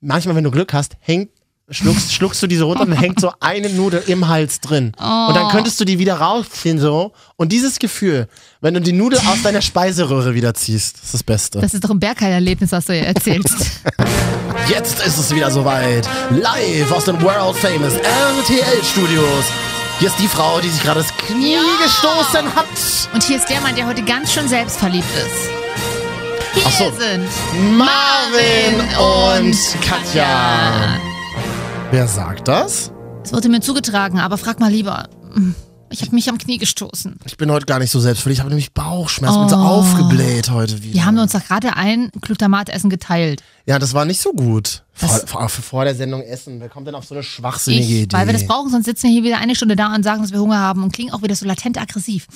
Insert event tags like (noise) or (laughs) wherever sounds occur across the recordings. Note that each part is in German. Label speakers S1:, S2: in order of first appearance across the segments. S1: manchmal, wenn du Glück hast, hängt schluckst, schluckst du diese runter und hängt so eine Nudel im Hals drin. Und dann könntest du die wieder rausziehen so. Und dieses Gefühl, wenn du die Nudel aus deiner Speiseröhre wieder ziehst, ist das Beste.
S2: Das ist doch ein Bergheil-Erlebnis, was du hier
S1: (laughs)
S2: erzählst.
S1: Jetzt ist es wieder soweit. Live aus den World Famous RTL Studios. Hier ist die Frau, die sich gerade das Knie gestoßen hat.
S2: Und hier ist der Mann, der heute ganz schön selbstverliebt ist. Hier
S1: Ach so.
S2: sind
S1: Marvin und Katja. Wer sagt das?
S2: Es wurde mir zugetragen, aber frag mal lieber. Ich habe mich am Knie gestoßen.
S1: Ich bin heute gar nicht so selbstverliebt. Ich habe nämlich Bauchschmerzen. Bin so aufgebläht heute wieder.
S2: Wir haben uns doch gerade ein Glutamatessen geteilt.
S1: Ja, das war nicht so gut. Vor,
S2: Was?
S1: vor, vor der Sendung essen. Wer kommt denn auf so eine schwachsinnige
S2: Ich,
S1: Idee?
S2: weil wir das brauchen, sonst sitzen wir hier wieder eine Stunde da und sagen, dass wir Hunger haben und klingen auch wieder so
S1: (laughs)
S2: latent aggressiv.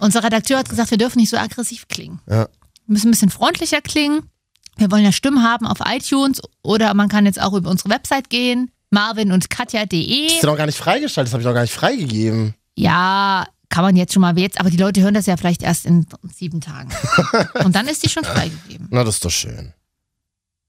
S2: Unser Redakteur hat gesagt, wir dürfen nicht so aggressiv klingen.
S1: Ja.
S2: Wir müssen ein bisschen freundlicher klingen. Wir wollen ja Stimmen haben auf iTunes oder man kann jetzt auch über unsere Website gehen,
S1: Ist
S2: marvinundkatja.de.
S1: ja noch gar nicht freigeschaltet. Das habe ich noch gar nicht freigegeben.
S2: Ja, kann man jetzt schon mal jetzt, aber die Leute hören das ja vielleicht erst in
S1: (laughs)
S2: sieben Tagen. Und dann ist die schon freigegeben.
S1: Na, das ist doch schön.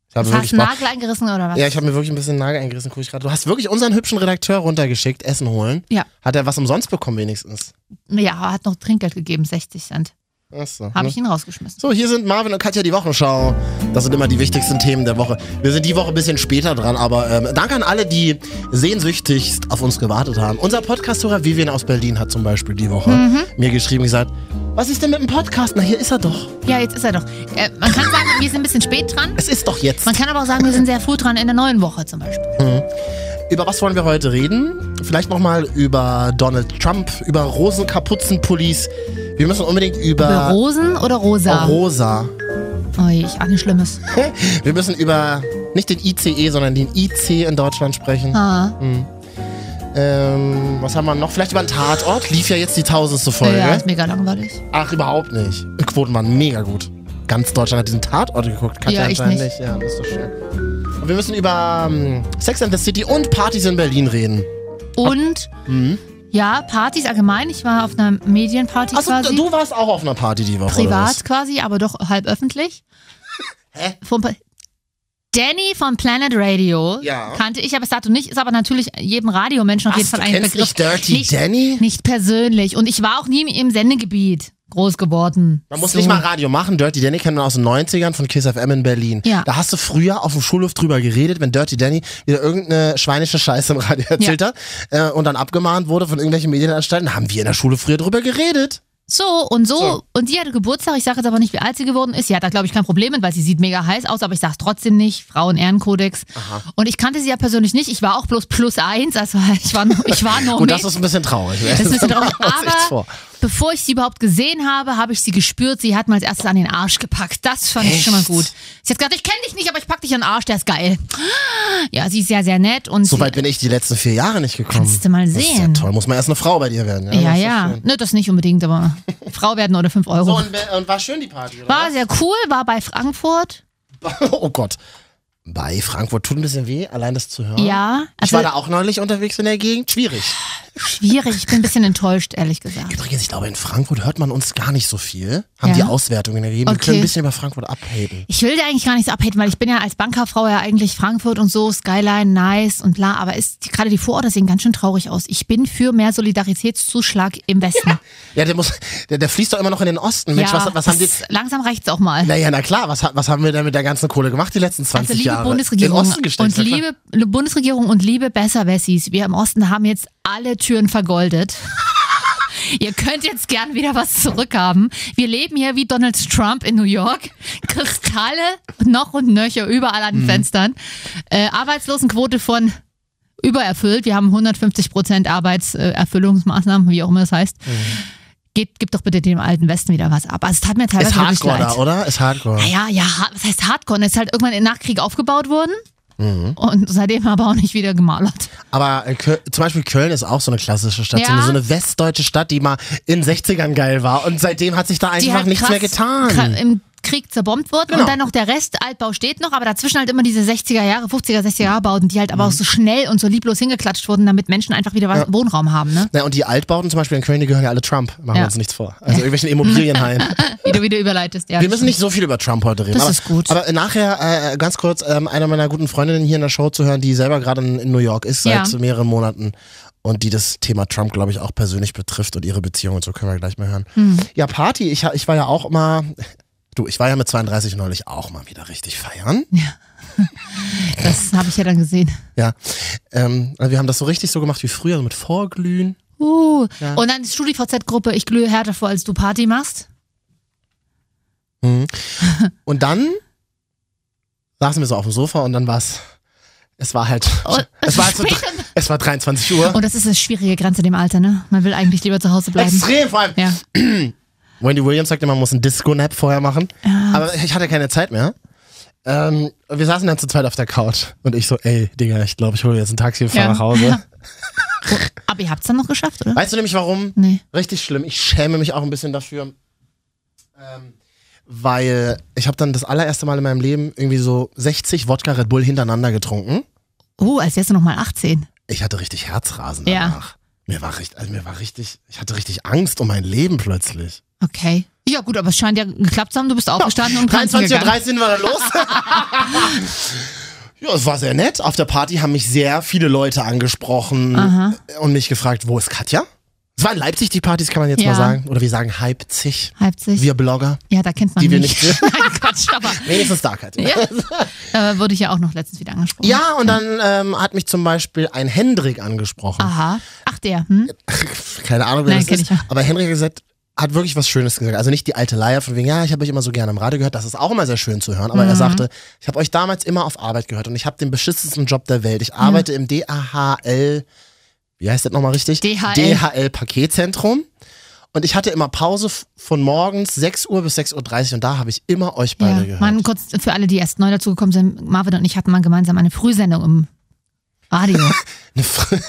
S1: Ich habe
S2: Hast
S1: wirklich
S2: du
S1: Bauch-
S2: Nagel eingerissen oder was?
S1: Ja, ich habe mir wirklich ein bisschen den Nagel eingerissen, guck ich gerade. Du hast wirklich unseren hübschen Redakteur runtergeschickt, Essen holen.
S2: Ja.
S1: Hat er was umsonst bekommen wenigstens?
S2: ja, hat noch Trinkgeld gegeben, 60 Cent.
S1: Achso.
S2: Habe
S1: ne?
S2: ich ihn rausgeschmissen.
S1: So, hier sind Marvin und Katja die Wochenschau. Das sind immer die wichtigsten Themen der Woche. Wir sind die Woche ein bisschen später dran, aber ähm, danke an alle, die sehnsüchtigst auf uns gewartet haben. Unser Podcast-Hörer Vivian aus Berlin hat zum Beispiel die Woche mir geschrieben gesagt, was ist denn mit dem Podcast? Na, hier ist er doch.
S2: Ja, jetzt ist er doch. Äh, man kann sagen, wir sind ein bisschen spät dran.
S1: Es ist doch jetzt.
S2: Man kann aber auch sagen, wir sind sehr früh dran in der neuen Woche zum Beispiel.
S1: Äh, Über was wollen wir heute reden? Vielleicht nochmal über Donald Trump, über Rosenkapuzenpullis. Wir müssen unbedingt
S2: Über
S1: über
S2: Rosen oder Rosa?
S1: Rosa.
S2: oh, ich ahne Schlimmes.
S1: Wir müssen über nicht den ICE, sondern den IC in Deutschland sprechen.
S2: Ah,
S1: Ähm, was haben wir noch? Vielleicht über den Tatort? Lief ja jetzt die tausendste Folge.
S2: ja, ist mega langweilig.
S1: Ach, überhaupt nicht. Die Quoten waren mega gut. Ganz Deutschland hat diesen Tatort geguckt. Katja
S2: Ja, ich
S1: anscheinend
S2: nicht.
S1: Ja, das ist doch schön. Und wir müssen über ähm, Sex and the City und Partys in Berlin reden.
S2: Und
S1: Mhm.
S2: ja, Partys allgemein. Ich war auf einer Medienparty
S1: Also
S2: quasi.
S1: du, du warst auch auf einer Party die Woche. oder was?
S2: privat quasi, aber doch halb öffentlich.
S1: (laughs) Hä?
S2: Vom Pa- Danny von Planet Radio
S1: Ja.
S2: kannte ich aber bis dato nicht, ist aber natürlich jedem Radiomenschen auf
S1: Was,
S2: jeden Fall
S1: du
S2: ein
S1: kennst
S2: Begriff.
S1: nicht Dirty Danny?
S2: Nicht persönlich. Und ich war auch nie im Sendegebiet groß geworden.
S1: Man muss
S2: So.
S1: nicht mal Radio machen. Dirty Danny kennen wir aus den 90ern von Kiss FM in Berlin.
S2: Ja.
S1: Da hast du früher auf dem Schulhof drüber geredet, wenn Dirty Danny wieder irgendeine schweinische Scheiße im Radio erzählt hat äh, und dann abgemahnt wurde von irgendwelchen Medienanstalten, haben wir in der Schule früher drüber geredet.
S2: So und so.
S1: So.
S2: Und die hatte Geburtstag. Ich sage jetzt aber nicht, wie alt sie geworden ist. Sie hat da, glaube ich, kein Problem mit, weil sie sieht mega heiß aus, aber ich sage trotzdem nicht. Frauen-Ehrenkodex. Und ich kannte sie ja persönlich nicht. Ich war auch bloß plus eins. Also (laughs) ich war, noch- ich war noch
S1: Gut,
S2: mit.
S1: das ist ein bisschen traurig.
S2: Oh,
S1: ne?
S2: Das ist ein bisschen traurig,
S1: Da machen wir uns nichts
S2: aber bevor ich sie überhaupt gesehen habe, habe ich sie gespürt. Sie hat mir als erstes an den Arsch gepackt. Das fand ich schon mal
S1: Echt?
S2: gut. Sie hat gesagt, ich kenne dich nicht, aber ich pack dich an den Arsch, der ist geil. Ja, sie ist sehr, sehr nett
S1: (laughs)
S2: und
S1: So weit bin ich die letzten vier Jahre nicht gekommen.
S2: Kannst du mal
S1: Das ist ja
S2: sehen.
S1: toll. Muss man erst eine Frau bei dir werden.
S2: ja,
S1: das ist
S2: ja.
S1: schön.
S2: Ne, das nicht unbedingt,
S1: (laughs)
S2: aber Frau werden oder 5 Euro.
S1: So, und, wer- und war schön die Party, oder?
S2: war sehr cool, war bei Frankfurt.
S1: was? (laughs) Oh Gott. Bei Frankfurt tut ein bisschen weh, allein das zu hören.
S2: Ja,
S1: Hm? Ich
S2: also
S1: war da auch neulich unterwegs in der Gegend. Schwierig.
S2: schwierig. Ich bin ein
S1: (laughs)
S2: bisschen enttäuscht, ehrlich gesagt.
S1: Übrigens, ich glaube, in Frankfurt hört man uns gar nicht so viel. Haben
S2: Ja.
S1: die Auswertungen ergeben. Wir
S2: Okay.
S1: können ein bisschen über Frankfurt abheben.
S2: Ich will da eigentlich gar nichts abhaten, weil ich bin ja als Bankerfrau ja eigentlich Frankfurt und so, Skyline, nice und bla, aber ist die- gerade die Vororte sehen ganz schön traurig aus. Ich bin für mehr Solidaritätszuschlag im Westen.
S1: Ja, der, muss, der, der fließt doch immer noch in den Osten. Mensch, was, was haben die...
S2: das- Langsam reicht's auch mal.
S1: Naja, na klar, was, ha- was haben wir denn mit der ganzen Kohle gemacht die letzten 20
S2: Also liebe
S1: Jahre?
S2: Bundesregierung
S1: In den Osten gesteckt,
S2: und
S1: ja klar.
S2: liebe Bundesregierung und liebe Besserwessis, wir im Osten haben jetzt alle Türen vergoldet. (laughs) Ihr könnt jetzt gern wieder was zurückhaben. Wir leben hier wie Donald Trump in New York. Kristalle noch und nöcher überall an den
S1: Mhm.
S2: Fenstern. Äh, Arbeitslosenquote von übererfüllt. Wir haben 150 Prozent Arbeitserfüllungsmaßnahmen, wie auch immer das heißt. Geht, gibt doch bitte dem alten Westen wieder was ab. Also es tat mir teilweise
S1: Mhm. Ist
S2: wirklich
S1: Hardcore
S2: leid.
S1: da, oder? Ist Hardcore.
S2: Naja, ja, ha- was heißt Hardcore? Das ist halt irgendwann im Nachkrieg aufgebaut worden.
S1: Mhm.
S2: Und seitdem aber auch nicht wieder gemalert.
S1: Aber äh, Kö- zum Beispiel Köln ist auch so eine klassische Stadt. So,
S2: Ja.
S1: eine, so eine westdeutsche Stadt, die mal in 60ern geil war. Und seitdem hat sich da
S2: Die
S1: einfach
S2: halt
S1: nichts
S2: krass-
S1: mehr getan.
S2: kra- Im Krieg zerbombt wird
S1: Genau.
S2: und dann noch der Rest, Altbau steht noch, aber dazwischen halt immer diese 60er Jahre, 50er, 60er Jahre Bauten, die halt aber
S1: Mhm.
S2: auch so schnell und so lieblos hingeklatscht wurden, damit Menschen einfach wieder was Wohnraum haben, ne?
S1: Na, und die Altbauten zum Beispiel in Köln, die gehören ja alle Trump. Machen wir
S2: Ja.
S1: uns nichts vor. Also irgendwelchen Immobilienhain.
S2: (laughs) Wie du wieder überleitest, ja.
S1: Wir müssen nicht so viel über Trump heute reden.
S2: Das
S1: aber,
S2: ist gut.
S1: Aber nachher äh, ganz kurz ähm, einer meiner guten Freundinnen hier in der Show zu hören, die selber gerade in, in New York ist seit
S2: Ja.
S1: mehreren Monaten und die das Thema Trump, glaube ich, auch persönlich betrifft und ihre Beziehung und so können wir gleich mal hören.
S2: Hm.
S1: Ja, Party. Ich, ha- ich war ja auch mal. Du, ich war ja mit 32 neulich auch mal wieder richtig feiern.
S2: Das habe ich ja dann gesehen.
S1: Ja. Ähm, wir haben das so richtig so gemacht wie früher, so mit Vorglühen.
S2: Uh. Und dann die StudiVZ-Gruppe, ich glühe härter vor, als du Party machst.
S1: Und dann saßen wir so auf dem Sofa und dann war's. Es war halt.
S2: Oh,
S1: es, war halt so,
S2: spät
S1: es war 23 Uhr.
S2: Und das ist eine schwierige Grenze in dem Alter, ne? Man will eigentlich lieber zu Hause bleiben.
S1: Extrem vor allem.
S2: Ja.
S1: Wendy Williams sagte, man muss einen Disco-Nap vorher machen. Aber ich hatte keine Zeit mehr. Ähm, wir saßen dann zu zweit auf der Couch und ich so, ey, Digga, ich glaube, ich hole jetzt ein Taxi und fahre
S2: Ja.
S1: nach
S2: (laughs)
S1: Hause.
S2: Aber ihr habt's dann noch geschafft, oder?
S1: Weißt du nämlich warum?
S2: Nee.
S1: Richtig schlimm. Ich schäme mich auch ein bisschen dafür. Ähm, weil ich habe dann das allererste Mal in meinem Leben irgendwie so 60 Wodka Red Bull hintereinander getrunken.
S2: Oh, als wärst du nochmal 18.
S1: Ich hatte richtig Herzrasen
S2: Ja.
S1: danach. Mir war richtig, also mir war richtig, ich hatte richtig Angst um mein Leben plötzlich.
S2: Okay. Ja, gut, aber es scheint ja geklappt zu haben. Du bist aufgestanden und tanzen gegangen.
S1: 23.13 Uhr war dann los. ja, es war sehr nett. Auf der Party haben mich sehr viele Leute angesprochen
S2: Aha.
S1: und mich gefragt, wo ist Katja? Es war in Leipzig die Partys, kann man jetzt
S2: Ja.
S1: mal sagen. Oder wir sagen Leipzig.
S2: Halbzig.
S1: Wir Blogger.
S2: ja, da kennt man
S1: die wir
S2: mich.
S1: nicht-
S2: (laughs) Nein, Quatsch,
S1: (laughs)
S2: aber
S1: Wenigstens da, Katja.
S2: ja, da wurde ich ja auch noch letztens wieder angesprochen.
S1: Ja, und dann ähm, hat mich zum Beispiel ein Hendrik angesprochen.
S2: Aha. Ach, der. Hm?
S1: (laughs) Keine Ahnung, wer
S2: Nein,
S1: das
S2: kenn
S1: ist.
S2: ich ja.
S1: Aber Hendrik hat gesagt, hat wirklich was Schönes gesagt. Also nicht die alte Leier von wegen, ja, ich habe euch immer so gerne im Radio gehört. Das ist auch immer sehr schön zu hören. Aber
S2: Mhm.
S1: er sagte, ich habe euch damals immer auf Arbeit gehört und ich habe den beschissensten Job der Welt. Ich arbeite im DAHL, wie heißt das nochmal richtig?
S2: DHL.
S1: DHL-Paketzentrum. Und ich hatte immer Pause f- von morgens 6 Uhr bis 6.30 Uhr und da habe ich immer euch beide
S2: Ja.
S1: gehört.
S2: Man, kurz für alle, die erst neu dazugekommen sind, Marvin und ich hatten mal gemeinsam eine Frühsendung im
S1: (laughs)
S2: Radio.
S1: Eine, Fr eine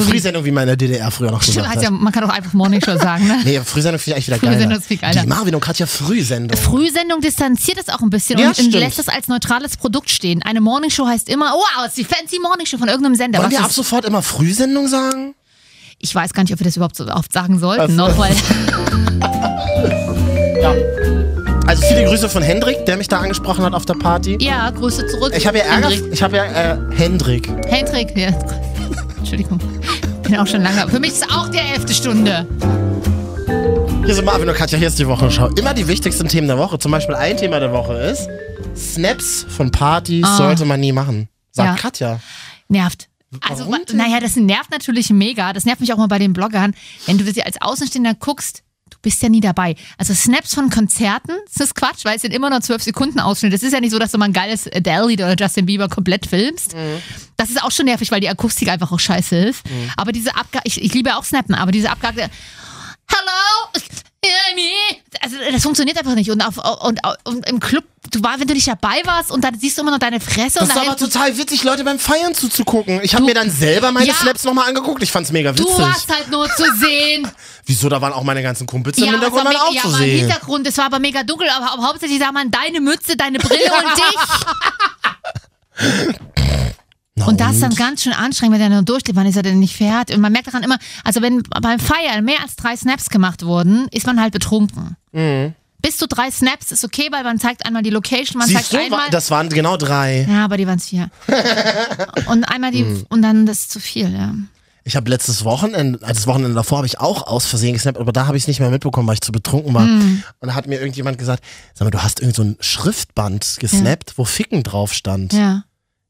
S2: So wie-
S1: Frühsendung, wie man in der DDR früher noch
S2: Stimmt,
S1: gesagt
S2: heißt
S1: hat.
S2: ja, man kann doch einfach Morning Show
S1: (laughs)
S2: sagen, ne?
S1: Nee, Frühsendung finde ich eigentlich wieder geiler.
S2: Frühsendung ist viel geiler.
S1: Die Marvin und Katja Frühsendung.
S2: Frühsendung distanziert es auch ein bisschen
S1: Ja,
S2: und und
S1: stimmt.
S2: lässt es als neutrales Produkt stehen. Eine Morningshow heißt immer, oh, es ist die fancy Morningshow von irgendeinem Sender.
S1: Wollen
S2: Was
S1: wir ab
S2: ist-
S1: sofort immer Frühsendung sagen?
S2: ich weiß gar nicht, ob wir das überhaupt so oft sagen sollten
S1: Was-
S2: noch, weil
S1: Also viele Grüße von Hendrik, der mich da angesprochen hat auf der Party.
S2: ja, Grüße zurück.
S1: Ich habe ja Ärger.
S2: Hendrik.
S1: Ich habe ja äh, Hendrik.
S2: Hendrik, (laughs) ja. Entschuldigung. Bin auch schon lange. Für mich ist auch die elfte Stunde.
S1: Hier sind Marvin und Katja, hier ist die Wochenschau. Immer die wichtigsten Themen der Woche. Zum Beispiel ein Thema der Woche ist, Snaps von Partys sollte man nie machen. Sagt
S2: Ah. Ja.
S1: Katja.
S2: Nervt. Also,
S1: Warum
S2: wa-
S1: denn?
S2: naja, das nervt natürlich mega. Das nervt mich auch mal bei den Bloggern. Wenn du das hier als Außenstehender guckst, du bist ja nie dabei. Also Snaps von Konzerten, das ist Quatsch, weil es sind immer nur zwölf Sekunden Ausschnitte. Es ist ja nicht so, dass du mal ein geiles Adele-Lied oder Justin Bieber komplett filmst.
S1: Mhm.
S2: Das ist auch schon nervig, weil die Akustik einfach auch scheiße ist. Aber diese Abga ich, ich liebe auch Snappen, aber diese Abgabte, Hallo? Amy? Also das funktioniert einfach nicht. Und, auf, und, und im Club, du war, wenn du nicht dabei warst und dann siehst du immer noch deine Fresse
S1: Das
S2: und
S1: ist
S2: dann
S1: aber total witzig, Leute beim Feiern zuzugucken. Ich habe mir dann selber meine
S2: Ja.
S1: Snaps nochmal angeguckt. Ich fand's mega
S2: Du
S1: witzig.
S2: warst halt nur zu
S1: (laughs)
S2: sehen.
S1: Wieso, da waren auch meine ganzen Kumpels im
S2: es war
S1: Hintergrund waren
S2: mega-
S1: auch
S2: ja,
S1: zu
S2: war im
S1: sehen.
S2: Hintergrund, es war aber mega dunkel, aber, aber hauptsächlich sah man deine Mütze, deine Brille
S1: (laughs)
S2: und dich.
S1: Na
S2: Und das ist dann ganz schön anstrengend, wenn der nur durchgeht, wann ist er denn nicht fertig? Und man merkt daran immer, also wenn beim Feiern mehr als drei Snaps gemacht wurden, ist man halt betrunken.
S1: Mhm.
S2: Bis zu drei Snaps ist okay, weil man zeigt einmal die Location, man
S1: Siehst du,
S2: zeigt einmal.
S1: das waren genau drei.
S2: ja, aber die waren es
S1: (laughs)
S2: vier. und einmal die,
S1: Mhm.
S2: und dann das ist zu viel, ja.
S1: Ich habe letztes Wochenende, also das Wochenende davor habe ich auch aus Versehen gesnappt, aber da habe ich es nicht mehr mitbekommen, weil ich zu betrunken war.
S2: Hm.
S1: Und da hat mir irgendjemand gesagt, sag mal, du hast irgend so ein Schriftband gesnappt, wo Ficken drauf stand.
S2: ja. Mhm.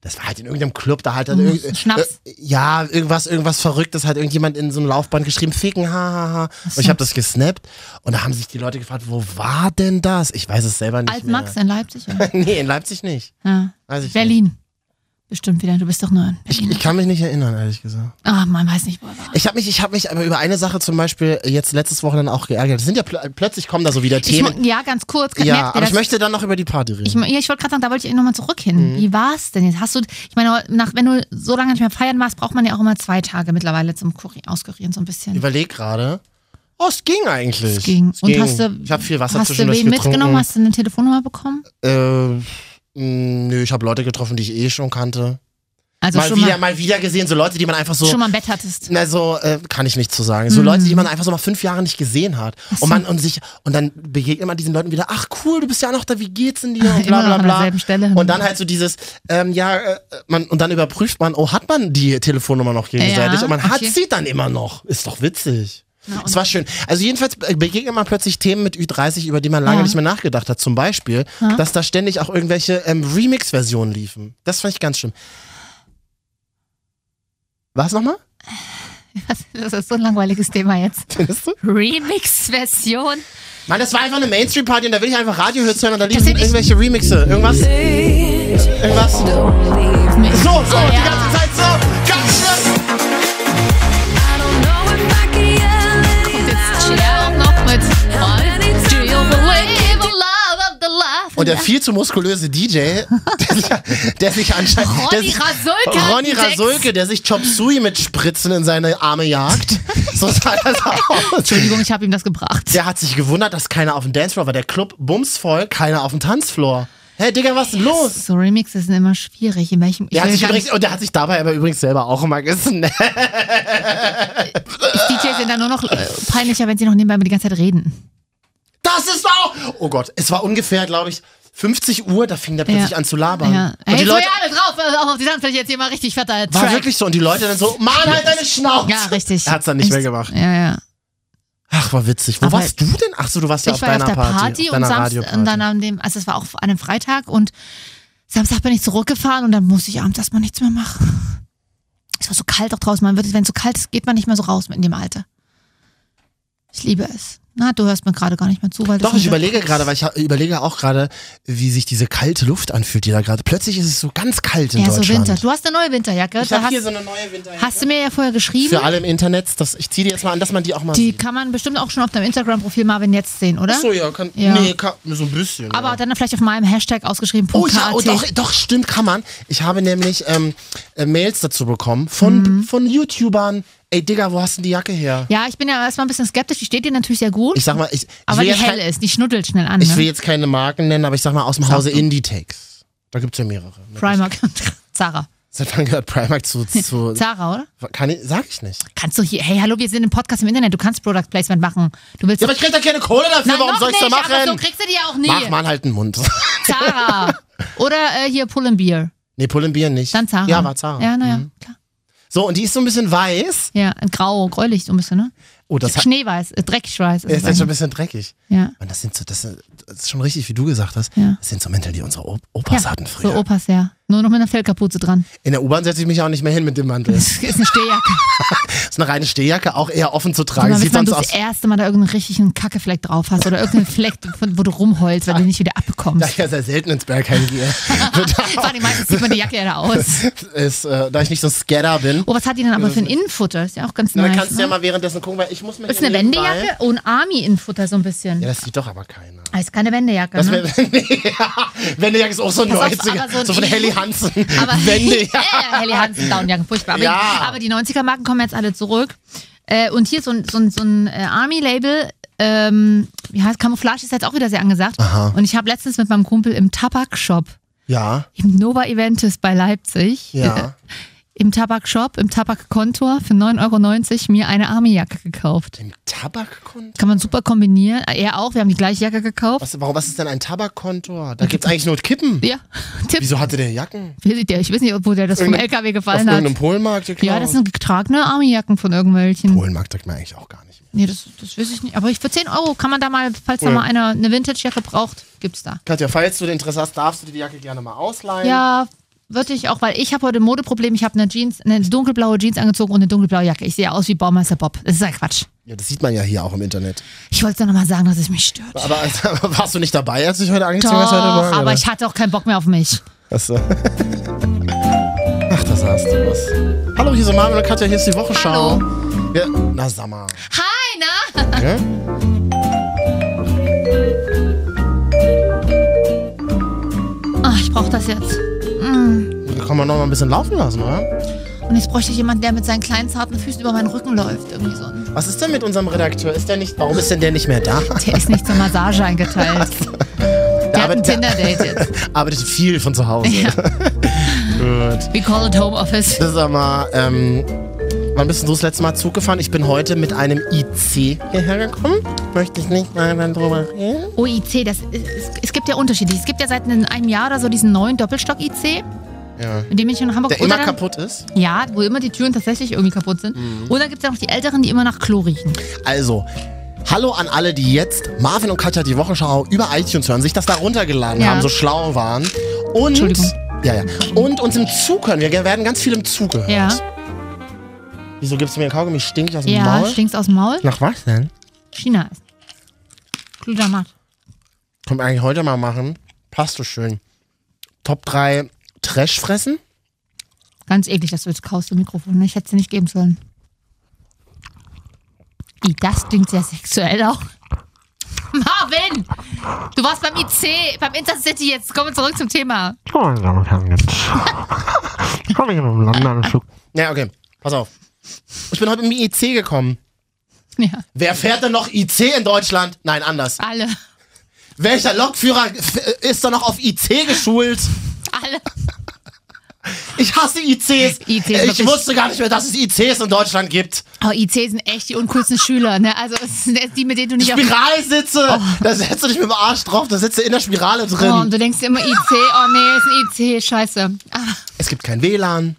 S1: Das war halt in irgendeinem Club, da halt dann irgend-
S2: Schnaps.
S1: Äh, ja, irgendwas, irgendwas Verrücktes hat irgendjemand in so ein Laufband geschrieben, Ficken, ha, ha, ha. Und ich habe das gesnappt und da haben sich die Leute gefragt, wo war denn das? Ich weiß es selber nicht
S2: Alt
S1: mehr.
S2: Max in Leipzig. Ja.
S1: (laughs) nee, in Leipzig nicht.
S2: ja.
S1: Weiß ich nicht.
S2: Berlin. Bestimmt wieder. Du bist doch nur in
S1: Ich,
S2: Berlin.
S1: ich kann mich nicht erinnern, ehrlich gesagt.
S2: Ah, man weiß nicht, wo er war.
S1: Ich habe mich, ich habe mich aber über eine Sache zum Beispiel jetzt letztes Wochenende auch geärgert. Es sind ja pl plötzlich kommen da so wieder
S2: Ich,
S1: Themen.
S2: mo- ja, ganz kurz. Merkt ihr
S1: ja, aber
S2: das?
S1: ich möchte Mhm. dann noch über die Party reden.
S2: Ich, mo- ja, ich wollte gerade sagen, da wollte ich nochmal zurück hin. Wie war's denn jetzt? Hast du, ich meine, nach, wenn du so lange nicht mehr feiern warst, braucht man ja auch immer zwei Tage mittlerweile zum Kuri- Auskurieren so ein bisschen.
S1: Überleg gerade. Oh, es ging eigentlich.
S2: Es ging. Und hast du-
S1: ich habe viel Wasser
S2: Hast du
S1: zwischendurch
S2: wen
S1: getrunken.
S2: mitgenommen? Hast du eine Telefonnummer bekommen?
S1: Äh, mh, nö, ich habe Leute getroffen, die ich eh schon kannte.
S2: Also
S1: mal
S2: schon
S1: wieder,
S2: mal,
S1: mal wieder gesehen, so Leute, die man einfach so.
S2: schon mal im Bett hattest.
S1: Na, so, äh, kann ich nicht zu sagen.
S2: Mhm.
S1: So Leute, die man einfach so mal fünf Jahre nicht gesehen hat. Und man und sich, und dann begegnet man diesen Leuten wieder, ach cool, du bist ja noch da, wie geht's
S2: (laughs)
S1: denn dir? Und bla
S2: Immer noch
S1: bla
S2: an
S1: bla.
S2: derselben Stelle.
S1: Und dann halt so dieses, ähm, ja, äh, man, und dann überprüft man, oh, hat man die Telefonnummer noch gegenseitig?
S2: Ja,
S1: und man hat
S2: okay.
S1: sie dann immer noch. Ist doch witzig.
S2: Na, und-
S1: Es war schön. Also jedenfalls äh, begegnet man plötzlich Themen mit Ü30, über die man lange
S2: Ja.
S1: nicht mehr nachgedacht hat. Zum Beispiel, dass da ständig auch irgendwelche ähm, Remix-Versionen liefen. Das fand ich ganz schlimm. Was nochmal? (laughs)
S2: Das ist so ein langweiliges Thema jetzt.
S1: Findest du?
S2: Remix-Version.
S1: Mann, das war einfach eine Mainstream-Party und da will ich einfach Radiohits hören und da liefen
S2: sind nicht-
S1: irgendwelche Remixe. Irgendwas? Irgendwas? So, so,
S2: Ah,
S1: die
S2: ja.
S1: ganze Zeit so. Ganz schlimm.
S2: Und jetzt Chill noch mit All Do you believe in love of the love?
S1: Und der viel zu muskulöse DJ, der sich, der sich anscheinend. der
S2: Ronny
S1: sich,
S2: Rasulke hat
S1: Ronny
S2: die Decks.
S1: Rasulke, der sich Chop Sui mit Spritzen in seine Arme jagt. So sah das aus.
S2: Entschuldigung, ich habe ihm das gebracht.
S1: Der hat sich gewundert, dass keiner auf dem Dancefloor war. Der Club bumsvoll, keiner auf dem Tanzfloor. Hä, Digga, was ist denn los?
S2: So Remixes sind immer schwierig. In welchem?
S1: Der
S2: ich
S1: hat
S2: will
S1: sich
S2: gar
S1: übrigens, und der hat sich dabei aber übrigens selber auch immer gesnappt.
S2: nicht, DJs sind dann nur noch äh, peinlicher, wenn sie noch nebenbei die ganze Zeit reden.
S1: Das ist auch. Oh Gott, es war ungefähr, glaube ich, 50 Uhr, da fing der plötzlich an zu labern.
S2: Ja.
S1: Und die
S2: Hey, so
S1: Leute.
S2: ja, alle drauf, also auch auf die Sandfläche jetzt hier mal richtig fetter
S1: War
S2: Track.
S1: wirklich so. Und die Leute dann so, Mann, halt deine Schnauze.
S2: Ja, richtig.
S1: Er hat's dann nicht
S2: Echt.
S1: mehr gemacht.
S2: Ja, ja.
S1: Ach, war witzig. Wo
S2: Aber-
S1: warst du denn? Ach so, du warst ja auf
S2: ich war ja
S1: deiner
S2: auf der Party,
S1: auf
S2: und,
S1: deiner
S2: Samst,
S1: Radioparty.
S2: und dann an dem, also es war auch an einem Freitag und Samstag bin ich zurückgefahren und dann musste ich abends erstmal nichts mehr machen. Es war so kalt auch draußen. Man wird, wenn es so kalt ist, geht man nicht mehr so raus mit in dem Alter. Ich liebe es. Na, du hörst mir gerade gar nicht mehr zu, weil
S1: Doch,
S2: das
S1: ich überlege gerade, weil ich ha- überlege auch gerade, wie sich diese kalte Luft anfühlt, die da gerade. Plötzlich ist es so ganz kalt in
S2: Ja, so
S1: Deutschland.
S2: Winter. Du hast eine neue Winterjacke.
S1: Ich
S2: da
S1: habe
S2: hast,
S1: hier so eine neue Winterjacke.
S2: hast du mir ja vorher geschrieben.
S1: Für alle im Internet, das, ich ziehe die jetzt mal an, dass man die auch mal
S2: Die
S1: sieht.
S2: kann man bestimmt auch schon auf deinem Instagram-Profil Marvin jetzt sehen, oder?
S1: Ach so, ja, kann,
S2: Ja.
S1: Nee, kann, so ein bisschen.
S2: Aber
S1: ja.
S2: dann vielleicht auf meinem Hashtag ausgeschrieben.
S1: Oh ja,
S2: .kt.
S1: oh, doch, doch, stimmt, kann man. Ich habe nämlich ähm, äh, Mails dazu bekommen von, von YouTubern. Ey, Digga, wo hast denn die Jacke her?
S2: Mhm. ja, ich bin ja erstmal ein bisschen skeptisch. Die steht dir natürlich sehr gut.
S1: Ich sag mal, ich, ich
S2: aber
S1: will
S2: die
S1: jetzt kein-
S2: helle ist, die schnuddelt schnell an.
S1: Ich
S2: ne?
S1: will jetzt keine Marken nennen, aber ich sag mal aus dem Hause Inditex. Da gibt's ja mehrere. ne?
S2: Primark. (laughs) Zara.
S1: Seit wann gehört Primark
S2: (laughs)
S1: zu. zu
S2: Zara, oder?
S1: kann ich, sag ich nicht.
S2: Kannst du hier, hey, hallo, wir sind im Podcast im Internet, du kannst Product Placement machen. Du willst.
S1: Ja, aber ich krieg da keine Kohle dafür,
S2: Nein,
S1: warum
S2: noch
S1: soll ich da
S2: nicht, Aber so
S1: machen?
S2: kriegst du die ja auch nie.
S1: Mach mal halt einen Mund. (laughs)
S2: Zara. Oder äh, hier Pull and Beer.
S1: nee, Pullenbier nicht.
S2: Dann Zara.
S1: Ja, war Zara. Mhm.
S2: Ja, ne? naja, klar.
S1: So, und die ist so ein bisschen weiß.
S2: Ja, grau, gräulich so ein bisschen, ne?
S1: Oh, das hat,
S2: Schneeweiß, äh,
S1: (laughs)
S2: dreckschweiß.
S1: ist
S2: es
S1: jetzt schon ein
S2: eigentlich.
S1: bisschen dreckig.
S2: ja.
S1: Und das sind so, das, sind, das ist schon richtig, wie du gesagt hast.
S2: Ja.
S1: Das sind so Mäntel, die unsere Op Opas
S2: ja,
S1: hatten
S2: So
S1: früher.
S2: Opas, ja. Nur noch mit einer Fellkapuze dran.
S1: In der U-Bahn setze ich mich auch nicht mehr hin mit dem Mantel. (laughs) Das
S2: Das (laughs) ist eine Stehjacke.
S1: ist eine reine Stehjacke, auch eher offen zu
S2: Guck
S1: tragen.
S2: mal, bis
S1: Sieht
S2: wann
S1: sonst
S2: du Genau, das
S1: aus.
S2: erste Mal da irgendeinen richtigen Kackefleck drauf hast oder irgendeinen Fleck, (laughs) von- wo du rumheulst, weil du ihn nicht wieder
S1: Da
S2: abbekommst.
S1: ich (laughs) ja sehr selten ins Bergheim
S2: (laughs)
S1: gehe. wird
S2: Vor allem meistens sieht man die Jacke ja da
S1: (laughs)
S2: aus.
S1: ist, äh, da ich nicht so Scatter bin.
S2: Oh, was hat die denn aber für ein Innenfutter? Ist ja auch ganz
S1: Na, dann
S2: nice.
S1: kannst du ja
S2: ne?
S1: mal währenddessen gucken, weil ich muss mir
S2: ist
S1: hier
S2: eine
S1: nebenbei-
S2: Wendejacke und Army-Innenfutter so ein bisschen.
S1: Ja,
S2: Ja,
S1: das sieht doch aber keiner.
S2: ist keine Wendejacke,
S1: Das
S2: ne?
S1: wär, (laughs) Wendejacke ist auch so ein
S2: Pass auf,
S1: 90er,
S2: aber so ein
S1: so, von
S2: I-
S1: Helly Hansen.
S2: Aber
S1: Wendejacke.
S2: (laughs) ja, Helly Hansen, Downjacke, furchtbar. Aber,
S1: Ja.
S2: aber die 90er-Marken kommen jetzt alle zurück. Äh, und hier so ein, so ein, so ein äh, Army-Label. Ähm, wie heißt Camouflage ist jetzt auch wieder sehr angesagt.
S1: Aha.
S2: Und ich habe letztens mit meinem Kumpel im Tabakshop,
S1: Ja,
S2: im Nova Eventis bei Leipzig, äh,
S1: ja.
S2: (laughs) im Tabakshop, im Tabakkontor für 9,90 Euro mir eine Army-Jacke gekauft.
S1: Im Tabakkonto?
S2: Kann man super kombinieren. Äh, Er auch, wir haben die gleiche Jacke gekauft.
S1: Was, warum, was ist denn ein Tabakkonto? Da gibt's eigentlich nur Kippen.
S2: Ja, (laughs) Tipp.
S1: Wieso hatte der Jacken?
S2: Weiß ich- Ich weiß nicht, wo der das vom
S1: Irgendein-
S2: LKW
S1: Auf
S2: gefallen hat.
S1: irgendeinem Polenmarkt geklaut?
S2: Ja, das sind getragene Armyjacken von irgendwelchen.
S1: Polenmarkt sagt man eigentlich auch gar nicht mehr.
S2: Nee, das, das weiß ich nicht. Aber ich, für 10 Euro kann man da mal, falls da
S1: Cool.
S2: mal einer eine Vintage-Jacke braucht, gibt's da.
S1: Katja, falls du Interesse hast, darfst du dir die Jacke gerne mal ausleihen.
S2: Ja, würde ich auch, weil ich habe heute ein Modeproblem. Ich habe eine Jeans, eine dunkelblaue Jeans angezogen und eine dunkelblaue Jacke. Ich sehe aus wie Baumeister Bob. Das ist ein Quatsch.
S1: ja. Das sieht man ja hier auch im Internet.
S2: Ich wollte nur noch mal sagen, dass es mich stört.
S1: Aber also, warst du nicht dabei, als ich heute
S2: Doch,
S1: angezogen hast? heute Morgen,
S2: aber
S1: oder?
S2: ich hatte auch keinen Bock mehr auf mich.
S1: Achso. Ach, da saß du was. Hallo, hier sind Marvin und Katja, hier ist die Wochenschau. Ja, na, sag mal.
S2: Hi, na?
S1: Gell?
S2: Ach, ich brauche das jetzt. Ah,
S1: Kann man noch mal ein bisschen laufen lassen, oder?
S2: Und jetzt bräuchte ich jemanden, der mit seinen kleinen zarten Füßen über meinen Rücken läuft. Irgendwie so. ein-
S1: Was ist denn mit unserem Redakteur? Ist der nicht, warum ist denn der nicht mehr da? (laughs)
S2: Der ist nicht zur Massage (laughs) eingeteilt. Der hat ein
S1: arbeitet-
S2: Tinder-Date jetzt.
S1: Arbeitet viel von zu Hause.
S2: Ja.
S1: (laughs) Gut.
S2: We call it Home Office.
S1: Das ist aber, ähm, wann bist denn du das letzte Mal Zug gefahren? Ich bin heute mit einem IC hierher gekommen. Möchte ich nicht mal dann drüber reden.
S2: OIC, das ist, es, es gibt ja Unterschiede. Es gibt ja seit einem Jahr oder so diesen neuen Doppelstock-IC,
S1: Ja.
S2: mit dem bin ich in Hamburg
S1: Der
S2: oder
S1: immer
S2: dann,
S1: kaputt Mhm. ist.
S2: Ja, wo immer die Türen tatsächlich irgendwie kaputt sind. Und dann gibt es ja noch die Älteren, die immer nach Klo riechen.
S1: Also, hallo an alle, die jetzt Marvin und Katja die Wochenschau über iTunes hören, sich das da runtergeladen
S2: Ja.
S1: haben, so schlau waren. Und,
S2: Entschuldigung.
S1: Ja, ja. Und uns im Zug hören. Wir werden ganz viel im Zug gehört.
S2: Ja,
S1: Wieso gibst du mir Kaugummi? Stink ich aus dem
S2: ja,
S1: Maul?
S2: stinkst aus dem Maul.
S1: Nach was denn?
S2: China ist. Glutamat.
S1: Können wir eigentlich heute mal machen. Passt so schön. Top 3 Trash fressen?
S2: Ganz eklig, dass du jetzt kaust im Mikrofon. ne? Ich hätte es dir nicht geben sollen. I, das klingt sehr sexuell auch. (laughs) Marvin! Du warst beim IC, beim Intercity jetzt. Kommen wir zurück zum Thema.
S3: So, meine Damen und Herren, jetzt komme ich in einem Landeanflug.
S1: Ja, okay. Pass auf. Ich bin heute mit dem IC gekommen.
S2: Ja,
S1: Wer fährt denn noch IC in Deutschland? Nein, anders.
S2: alle.
S1: Welcher Lokführer f- ist da noch auf IC geschult?
S2: Alle.
S1: Ich hasse ICs.
S2: IC ist
S1: ich
S2: wirklich-
S1: wusste gar nicht mehr, dass es ICs in Deutschland gibt.
S2: Oh, IC sind echt
S1: (laughs)
S2: die uncoolsten Schüler, ne? Also, es sind die, mit denen du nicht auf
S1: Spiralsitze. Da setzt du dich mit dem Arsch drauf, da sitzt du in der Spirale drin.
S2: Oh, und du denkst dir immer IC, oh nee, ist ein IC, scheiße. Aber
S1: Es gibt kein WLAN.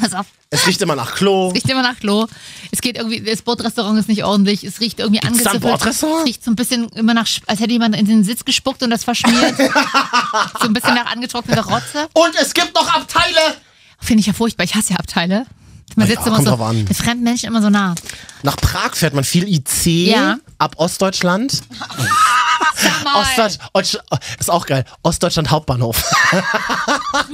S2: pass auf,
S1: Es riecht immer nach Klo.
S2: es riecht immer nach Klo. Es geht irgendwie, das Bordrestaurant ist nicht ordentlich, es riecht irgendwie
S1: Gibt's da ein
S2: angesiffelt.
S1: Bordrestaurant?
S2: Es riecht so ein bisschen immer nach, Sch- als hätte jemand in den Sitz gespuckt und das
S1: (laughs)
S2: verschmiert. so ein bisschen nach angetrockneter Rotze.
S1: Und es gibt noch Abteile.
S2: Finde ich ja furchtbar, ich hasse ja Abteile. Man
S1: Ja,
S2: sitzt immer
S1: kommt
S2: so
S1: drauf an.
S2: mit fremden Menschen immer so nah.
S1: Nach Prag fährt man viel IC
S2: Ja.
S1: ab Ostdeutschland.
S2: Sag mal,
S1: Ostdeutsch, Ostsch- ist auch geil. Ostdeutschland Hauptbahnhof.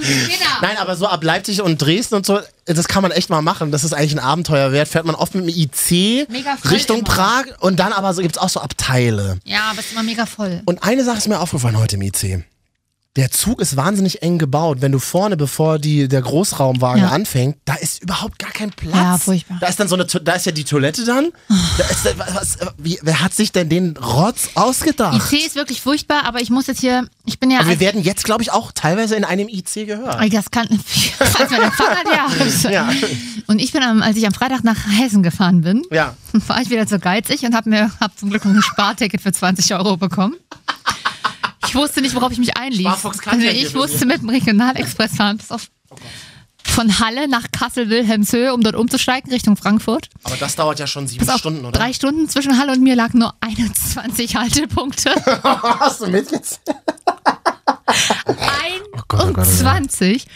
S2: Kinder.
S1: Nein, aber so ab Leipzig und Dresden und so, das kann man echt mal machen. Das ist eigentlich ein Abenteuer wert. Fährt man oft mit dem IC
S2: Mega voll
S1: Richtung
S2: immer.
S1: Prag und dann aber so gibt's auch so Abteile.
S2: Ja, aber es ist immer mega voll.
S1: Und eine Sache ist mir aufgefallen heute im IC. Der Zug ist wahnsinnig eng gebaut. Wenn du vorne, bevor die, der Großraumwagen
S2: Ja.
S1: anfängt, da ist überhaupt gar kein Platz.
S2: Ja, furchtbar.
S1: Da ist dann so eine, To- da ist ja die Toilette dann. Da ist, da- was, wie, wer hat sich denn den Rotz ausgedacht?
S2: IC ist wirklich furchtbar, aber ich muss jetzt hier, ich bin ja.
S1: Aber
S2: als-
S1: wir werden jetzt, glaube ich, auch teilweise in einem IC gehört.
S2: Ey, Das kann. (laughs) Falls man Fahrrad, ja.
S1: Ja.
S2: Und ich bin, am, als ich am Freitag nach Hessen gefahren bin,
S1: Ja.
S2: (laughs) war ich wieder so geizig und habe mir hab zum Glück noch ein Sparticket für 20 Euro bekommen. Ich wusste nicht, worauf ich mich einließ. Also
S1: Sparfuchs kann ja hier Oh
S2: ich musste mit dem Regionalexpress fahren. Pass auf. Von Halle nach Kassel-Wilhelmshöhe, um dort umzusteigen Richtung Frankfurt.
S1: Aber das dauert ja schon sieben
S2: Pass auf,
S1: Stunden, oder?
S2: Drei Stunden zwischen Halle und mir lagen nur 21 Haltepunkte.
S1: (laughs) Hast du mitgezählt? Oh
S2: 21.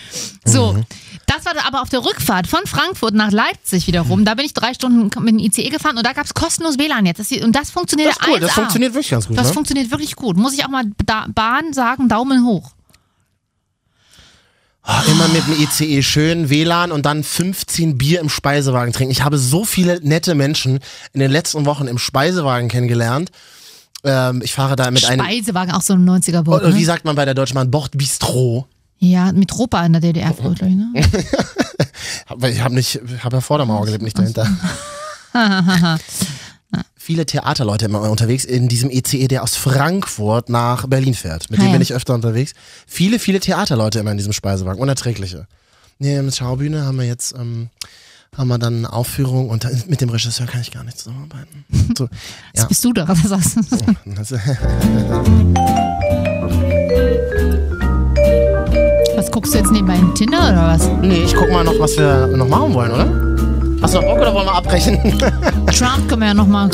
S2: So,
S1: Mhm.
S2: das war aber auf der Rückfahrt von Frankfurt nach Leidzig wiederum. Da bin ich drei Stunden mit dem ICE gefahren und da gab es kostenlos WLAN jetzt. Das, und das funktioniert
S1: Das ist cool, das
S2: 1A.
S1: funktioniert wirklich ganz gut.
S2: Das
S1: ne?
S2: funktioniert wirklich gut. Muss ich auch mal da Bahn sagen, Daumen hoch.
S1: Ah, immer mit dem ICE schön WLAN und dann 15 Bier im Speisewagen trinken. Ich habe so viele nette Menschen in den letzten Wochen im Speisewagen kennengelernt. Ähm, ich fahre da mit einem, Oh,
S2: Speisewagen, auch so ein 90er Boot.
S1: oder wie
S2: Ne?
S1: sagt man bei der Deutschen Bahn, Bocht Bistro.
S2: Ja, mit Ropa in der
S1: Oh,
S2: DDR früher, glaub ich, ne?
S1: Hab- weil Ich habe nicht, habe ja vor der Mauer gelebt, nicht
S2: (laughs)
S1: dahinter. Viele Theaterleute immer unterwegs in diesem ECE, der aus Frankfurt nach Berlin fährt. Mit
S2: Ah,
S1: dem
S2: ja.
S1: bin ich öfter unterwegs. Viele, viele Theaterleute immer in diesem Speisewagen. Unerträgliche. Nee, mit Schaubühne haben wir jetzt, ähm, haben wir dann eine Aufführung und da, mit dem Regisseur kann ich gar nicht
S2: (laughs)
S1: zusammenarbeiten. So, ja. Oh,
S2: Bist du da, (laughs) was sagst du?
S1: Das- (laughs)
S2: Was guckst du jetzt nebenbei in Tinder oder was?
S1: nee, ich guck mal noch, was wir noch machen wollen, oder? Hast du noch Bock oder wollen wir abbrechen?
S2: Trump können wir ja nochmal.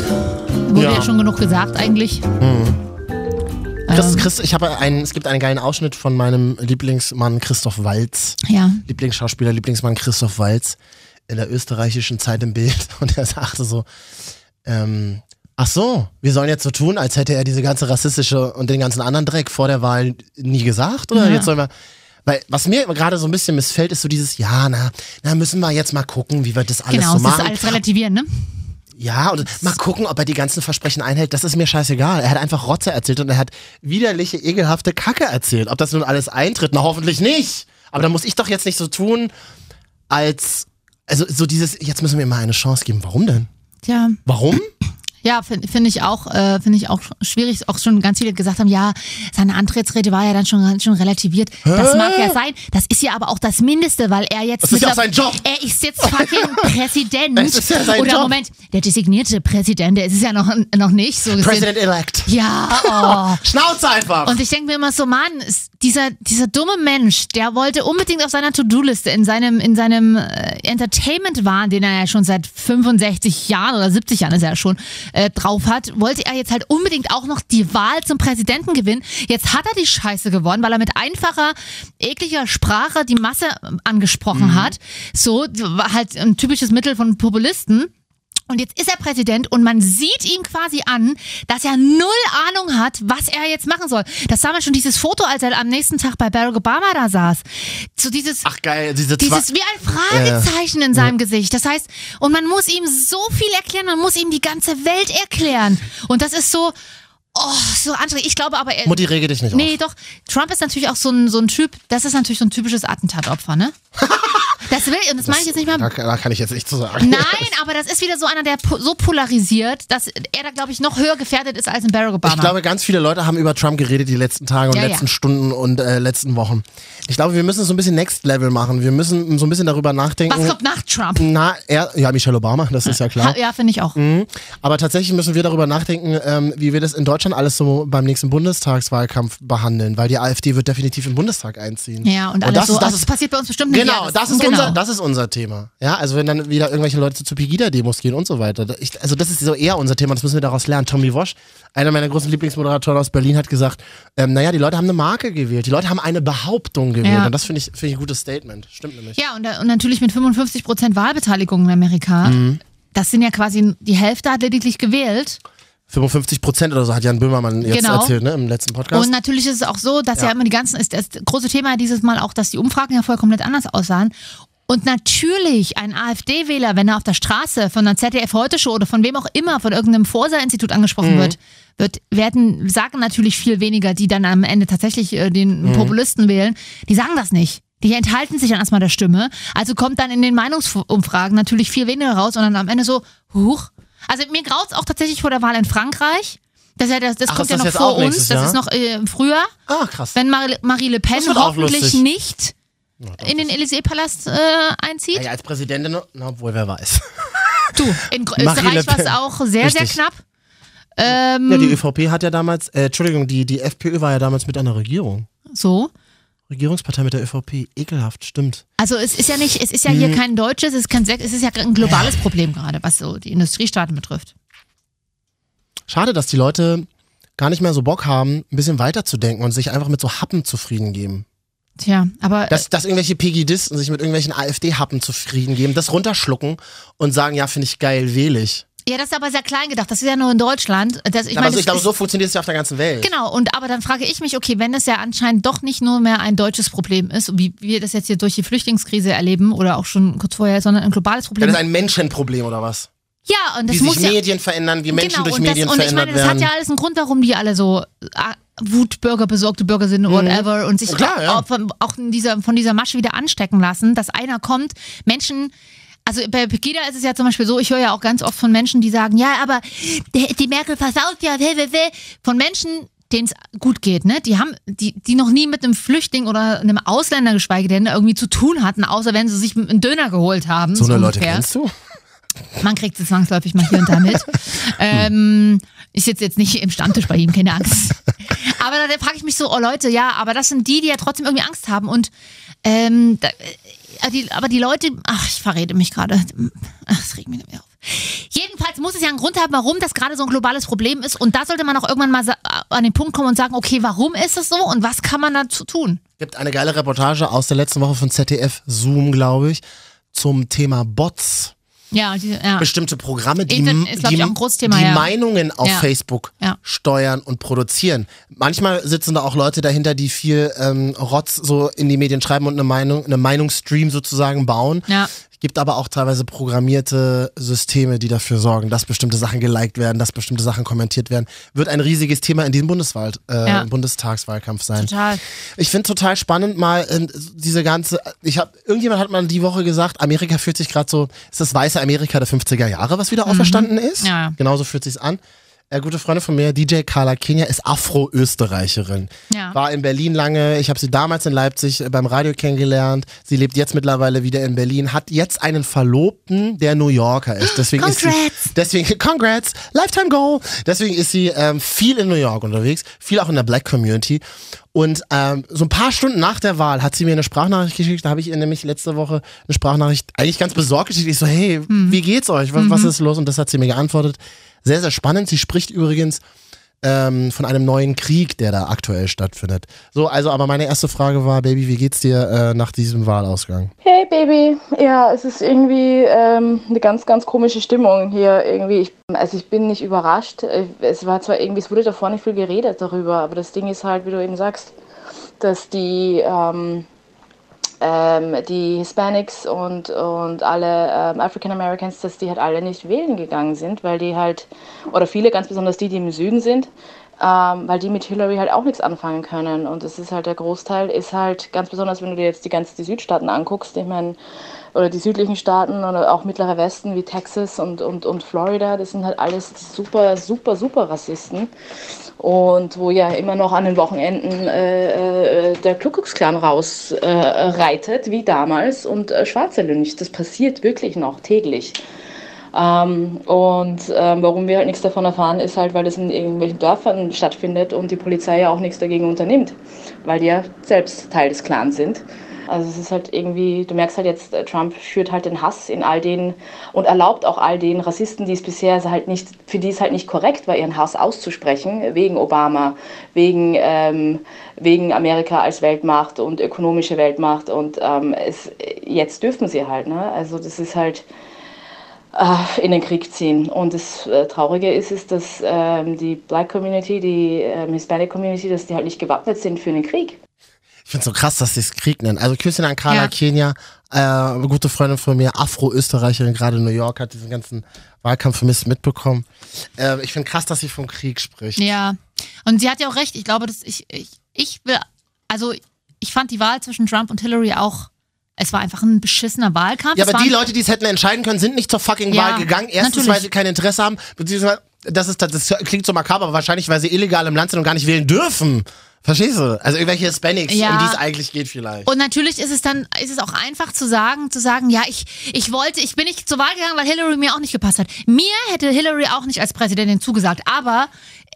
S2: Wurde
S1: Ja.
S2: ja. schon genug gesagt eigentlich. Ähm.
S1: Chris, Chris, ich habe einen, es gibt einen geilen Ausschnitt von meinem Lieblingsmann Christoph Walz.
S2: Ja.
S1: Lieblingsschauspieler, Lieblingsmann Christoph Walz in der österreichischen Zeit im Bild (laughs) und er sagte so, ähm, ach so, wir sollen jetzt so tun, als hätte er diese ganze rassistische und den ganzen anderen Dreck vor der Wahl nie gesagt oder
S2: Ja.
S1: jetzt sollen wir, weil was mir gerade so ein bisschen missfällt, ist so dieses, ja, na, na müssen wir jetzt mal gucken, wie wir das alles
S2: Genau,
S1: so
S2: es ist
S1: machen.
S2: alles relativieren, ne?
S1: Ja, und mal gucken, ob er die ganzen Versprechen einhält. Das ist mir scheißegal. Er hat einfach Rotze erzählt und er hat widerliche, ekelhafte Kacke erzählt. Ob das nun alles eintritt? Na, hoffentlich nicht. Aber da muss ich doch jetzt nicht so tun, als, also so dieses, jetzt müssen wir mal eine Chance geben. Warum denn?
S2: Tja. (clears throat)
S1: Warum?
S2: Ja, finde find ich auch, äh, finde ich auch schwierig. Auch schon ganz viele gesagt haben, ja, seine Antrittsrede war ja dann schon, schon relativiert. Das mag ja sein. Das ist ja aber auch das Mindeste, weil er jetzt.
S1: Das ist ja auch
S2: mittler-
S1: sein Job.
S2: Er ist jetzt fucking
S1: (laughs)
S2: Präsident.
S1: Das ist ja sein
S2: Oder
S1: Job.
S2: Moment, der designierte Präsident, der ist es ja noch, noch nicht so gesehen.
S1: President-elect.
S2: Ja, oh.
S1: Schnauze einfach.
S2: Und ich denke mir immer so, Mann, ist dieser, dieser dumme Mensch, der wollte unbedingt auf seiner To-Do-Liste in seinem, in seinem äh, Entertainment-Wahn, den er ja schon seit 65 Jahren oder 70 Jahren ist er ja schon, äh, drauf hat, wollte er jetzt halt unbedingt auch noch die Wahl zum Präsidenten gewinnen. Jetzt hat er die Scheiße gewonnen, weil er mit einfacher, ekliger Sprache die Masse angesprochen hat. So, war halt ein typisches Mittel von Populisten. Und jetzt ist er Präsident und man sieht ihm quasi an, dass er null Ahnung hat, was er jetzt machen soll. Das sah man schon dieses Foto, als er am nächsten Tag bei Barack Obama da saß. So dieses,
S1: Ach geil, diese zwei.
S2: dieses wie ein Fragezeichen in seinem Gesicht. Das heißt, und man muss ihm so viel erklären, man muss ihm die ganze Welt erklären. Und das ist so, oh, so anstrengend. Ich glaube aber, er,
S1: Mutti, rege dich nicht auf.
S2: nee, doch, Trump ist natürlich auch so ein, so ein Typ, das ist natürlich so ein typisches Attentatopfer, ne? Das will, und das, meine ich jetzt nicht mal
S1: Da, da kann ich jetzt nichts zu sagen.
S2: Nein, aber das ist wieder so einer, der po so polarisiert, dass er da, glaube ich, noch höher gefährdet ist als ein Barack Obama.
S1: Ich glaube, ganz viele Leute haben über Trump geredet die letzten Tage und
S2: Ja, ja.
S1: letzten Stunden und äh, letzten Wochen. Ich glaube, wir müssen es so ein bisschen Next Level machen. Wir müssen so ein bisschen darüber nachdenken.
S2: Was kommt nach Trump?
S1: Na, er, ja, Michelle Obama, das ist ja äh, klar. Mhm.
S2: Ha, ja, finde ich auch.
S1: Aber tatsächlich müssen wir darüber nachdenken, ähm, wie wir das in Deutschland alles so beim nächsten Bundestagswahlkampf behandeln, weil die AfD wird definitiv im Bundestag einziehen.
S2: Ja, und alles
S1: das
S2: so.
S1: Ist, das
S2: also, es
S1: ist,
S2: passiert bei uns bestimmt nicht.
S1: genau,
S2: Ja,
S1: das ist,
S2: genau.
S1: Unser, das ist unser Thema. Ja, also wenn dann wieder irgendwelche Leute zu Pegida-Demos gehen und so weiter. Da- Ich, also das ist so eher unser Thema, das müssen wir daraus lernen. Tommy Wosch, einer meiner großen Lieblingsmoderatoren aus Berlin, hat gesagt, ähm, naja, die Leute haben eine Marke gewählt, die Leute haben eine Behauptung gewählt.
S2: Ja.
S1: Und das finde ich, finde ich ein gutes Statement. Stimmt nämlich.
S2: Ja, und, da- und natürlich mit 55 Prozent Wahlbeteiligung in Amerika.
S1: Mhm.
S2: Das sind ja quasi die Hälfte hat lediglich gewählt.
S1: 55 Prozent oder so hat Jan Böhmermann jetzt
S2: Genau.
S1: erzählt, ne, im letzten Podcast.
S2: Und natürlich ist es auch so, dass ja, immer die ganzen, ist das große Thema dieses Mal auch, dass die Umfragen ja voll komplett anders aussahen. Und natürlich, ein AfD-Wähler, wenn er auf der Straße von einer ZDF-Heute-Show oder von wem auch immer, von irgendeinem Forsa-Institut angesprochen wird, wird, werden, sagen natürlich viel weniger, die dann am Ende tatsächlich äh, den Populisten wählen. Die sagen das nicht. Die enthalten sich dann erstmal der Stimme. Also kommt dann in den Meinungsumfragen natürlich viel weniger raus und dann am Ende so, huch. Also mir graut's auch tatsächlich vor der Wahl in Frankreich. Das, ist ja, das, das
S1: Ach,
S2: kommt
S1: ist
S2: ja
S1: das
S2: noch
S1: jetzt
S2: vor
S1: auch
S2: uns.
S1: nächstes
S2: Das
S1: Jahr?
S2: ist noch äh, im Frühjahr.
S1: ah, krass.
S2: Wenn Marie, Marie Le Pen
S1: Das wird auch
S2: hoffentlich
S1: lustig.
S2: nicht in den Élysée-Palast äh, einzieht.
S1: Naja, als Präsidentin, na, obwohl, wer weiß. (laughs)
S2: Du, in Gr-
S1: Marie Le
S2: Österreich war es
S1: Pen.
S2: auch sehr,
S1: Richtig.
S2: sehr knapp. Ähm,
S1: Ja, die ÖVP hat ja damals, äh, Entschuldigung, die, die FPÖ war ja damals mit einer Regierung.
S2: so.
S1: Regierungspartei mit der ÖVP, ekelhaft, stimmt.
S2: Also es ist ja nicht, es ist ja
S1: Hm.
S2: hier kein deutsches, es ist kein Sex, es ist ja ein globales Problem gerade, was so die Industriestaaten betrifft.
S1: Schade, dass die Leute gar nicht mehr so Bock haben, ein bisschen weiterzudenken und sich einfach mit so Happen zufrieden geben.
S2: Tja, aber
S1: Dass, dass irgendwelche Pegidisten sich mit irgendwelchen AfD-Happen zufrieden geben, das runterschlucken und sagen, ja, finde ich geil, wähle ich.
S2: äh, ja, das ist aber sehr klein gedacht. Das ist ja nur in Deutschland. Das, ich
S1: aber
S2: meine,
S1: so, ich
S2: das
S1: glaube,
S2: ist-
S1: so funktioniert es ja auf der ganzen Welt.
S2: Genau, und aber dann frage ich mich, okay, wenn das ja anscheinend doch nicht nur mehr ein deutsches Problem ist, wie wir das jetzt hier durch die Flüchtlingskrise erleben oder auch schon kurz vorher, sondern ein globales
S1: Ja,
S2: Problem.
S1: das ist ein Menschenproblem oder was?
S2: Ja, und das
S1: Wie
S2: muss
S1: sich
S2: ja
S1: Medien verändern, wie Menschen
S2: genau,
S1: durch
S2: und
S1: Medien
S2: das, und ich
S1: verändert
S2: meine, das
S1: werden.
S2: hat ja alles einen Grund, warum die alle so äh, Wutbürger, besorgte Bürger sind, whatever, und sich
S1: Klar, Mhm. ja.
S2: auch, von, auch in dieser, von dieser Masche wieder anstecken lassen, dass einer kommt, Menschen. Also bei Pegida ist es ja zum Beispiel so, ich höre ja auch ganz oft von Menschen, die sagen, ja, aber die, die Merkel versaut ja, weh, weh, weh. von Menschen, denen es gut geht, ne? Die haben, die, die noch nie mit einem Flüchtling oder einem Ausländer, geschweige denn, irgendwie zu tun hatten, außer wenn sie sich einen Döner geholt haben.
S1: so eine Leute
S2: ungefähr.
S1: kennst du?
S2: Man kriegt sie zwangsläufig mal hier und da mit. ähm, ich sitze jetzt nicht im Stammtisch bei ihm, keine Angst. Aber da frage ich mich so, oh Leute, ja, aber das sind die, die ja trotzdem irgendwie Angst haben. Und ähm, da, äh, die, aber die Leute, ach, ich verrede mich gerade. Ach, das regt mich nicht mehr auf. Jedenfalls muss es ja einen Grund haben, warum das gerade so ein globales Problem ist. Und da sollte man auch irgendwann mal sa- äh, an den Punkt kommen und sagen, okay, warum ist es so und was kann man dazu tun?
S1: gibt eine geile Reportage aus der letzten Woche von ZDF Zoom, glaube ich, zum Thema Bots.
S2: Ja, die, ja.
S1: Bestimmte Programme, die,
S2: Internet Ah. ist, glaub ich,
S1: die,
S2: auch ein großes Thema,
S1: die
S2: ja.
S1: Meinungen auf
S2: Ja.
S1: Facebook
S2: Ja.
S1: steuern und produzieren. Manchmal sitzen da auch Leute dahinter, die viel ähm, Rotz so in die Medien schreiben und eine Meinung, eine Meinungsstream sozusagen bauen.
S2: Ja.
S1: gibt aber auch teilweise programmierte Systeme, die dafür sorgen, dass bestimmte Sachen geliked werden, dass bestimmte Sachen kommentiert werden. Wird ein riesiges Thema in diesem Bundeswahl, äh,
S2: Ja.
S1: Bundestagswahlkampf sein.
S2: Total.
S1: Ich finde total spannend mal ähm, diese ganze. Ich habe irgendjemand hat mal die Woche gesagt, Amerika fühlt sich gerade so. Ist das weiße Amerika der 50er Jahre, was wieder auferstanden ist?
S2: Mhm. Ja.
S1: Genauso fühlt sich's an. Äh, gute Freunde von mir, DJ Carla Kenia, ist Afro-Österreicherin.
S2: Ja.
S1: War in Berlin lange. Ich habe sie damals in Leipzig äh, beim Radio kennengelernt. Sie lebt jetzt mittlerweile wieder in Berlin. Hat jetzt einen Verlobten, der New Yorker ist. Deswegen Ist sie,
S2: Congrats.
S1: deswegen, (laughs) congrats, Lifetime Goal. Deswegen ist sie ähm, viel in New York unterwegs, viel auch in der Black Community. Und ähm, so ein paar Stunden nach der Wahl hat sie mir eine Sprachnachricht geschickt. Da habe ich ihr nämlich letzte Woche eine Sprachnachricht eigentlich ganz besorgt geschickt. Ich so, hey, wie geht's euch? Was, was ist los? Und das hat sie mir geantwortet. Sehr, sehr spannend. Sie spricht übrigens ähm, von einem neuen Krieg, der da aktuell stattfindet. So, also, aber meine erste Frage war, Baby, wie geht's dir äh, nach diesem Wahlausgang?
S4: Hey Baby, ja, es ist irgendwie ähm, eine ganz, ganz komische Stimmung hier irgendwie. Ich, also ich bin nicht überrascht. Äh, Es war zwar irgendwie, es wurde davor nicht viel geredet darüber, aber das Ding ist halt, wie du eben sagst, dass die, ähm, ähm, die Hispanics und, und alle ähm, African Americans, dass die halt alle nicht wählen gegangen sind, weil die halt, oder viele, ganz besonders die, die im Süden sind, ähm, weil die mit Hillary halt auch nichts anfangen können. Und das ist halt der Großteil, ist halt ganz besonders, wenn du dir jetzt die ganzen die Südstaaten anguckst, ich meine, oder die südlichen Staaten oder auch mittlerer Westen wie Texas und, und, und Florida, das sind halt alles super, super, super Rassisten. Und wo ja immer noch an den Wochenenden äh, äh, der Ku Klux Klan rausreitet, äh, reitet, wie damals, und äh, Schwarze lyncht. Das passiert wirklich noch täglich. Ähm, und ähm, warum wir halt nichts davon erfahren, ist halt, weil es in irgendwelchen Dörfern stattfindet und die Polizei ja auch nichts dagegen unternimmt, weil die ja selbst Teil des Clans sind. Also es ist halt irgendwie, du merkst halt jetzt, äh, Trump führt halt den Hass in all den und erlaubt auch all den Rassisten, die es bisher halt nicht, für die es halt nicht korrekt war, ihren Hass auszusprechen, wegen Obama, wegen, ähm, wegen Amerika als Weltmacht und ökonomische Weltmacht und ähm, es, jetzt dürfen sie halt, ne? Also das ist halt, äh, in den Krieg ziehen. Und das äh, Traurige ist, ist, dass ähm, die Black Community, die ähm, Hispanic Community, dass die halt nicht gewappnet sind für einen Krieg.
S1: Ich find's so krass, dass sie es Krieg nennen. Also Küsschen an Carla
S2: Ja.
S1: Kenia, äh, gute Freundin von mir, Afro-Österreicherin, gerade in New York, hat diesen ganzen Wahlkampf ein bisschen mitbekommen. Äh, ich find krass, dass sie vom Krieg spricht.
S2: Ja. Und sie hat ja auch recht. Ich glaube, dass ich, ich, ich will, also ich fand die Wahl zwischen Trump und Hillary auch, es war einfach ein beschissener Wahlkampf.
S1: Ja,
S2: Es
S1: aber die
S2: waren-
S1: Leute, die es hätten entscheiden können, sind nicht zur fucking
S2: Ja,
S1: Wahl gegangen. Erstens,
S2: natürlich.
S1: weil sie kein Interesse haben, beziehungsweise, das, ist, das klingt so makaber, aber wahrscheinlich, weil sie illegal im Land sind und gar nicht wählen dürfen. Verstehst du? Also irgendwelche Hispanics,
S2: Ja.
S1: um die es eigentlich geht vielleicht.
S2: Und natürlich ist es dann, ist es auch einfach zu sagen, zu sagen, ja, ich, ich wollte, ich bin nicht zur Wahl gegangen, weil Hillary mir auch nicht gepasst hat. Mir hätte Hillary auch nicht als Präsidentin zugesagt, aber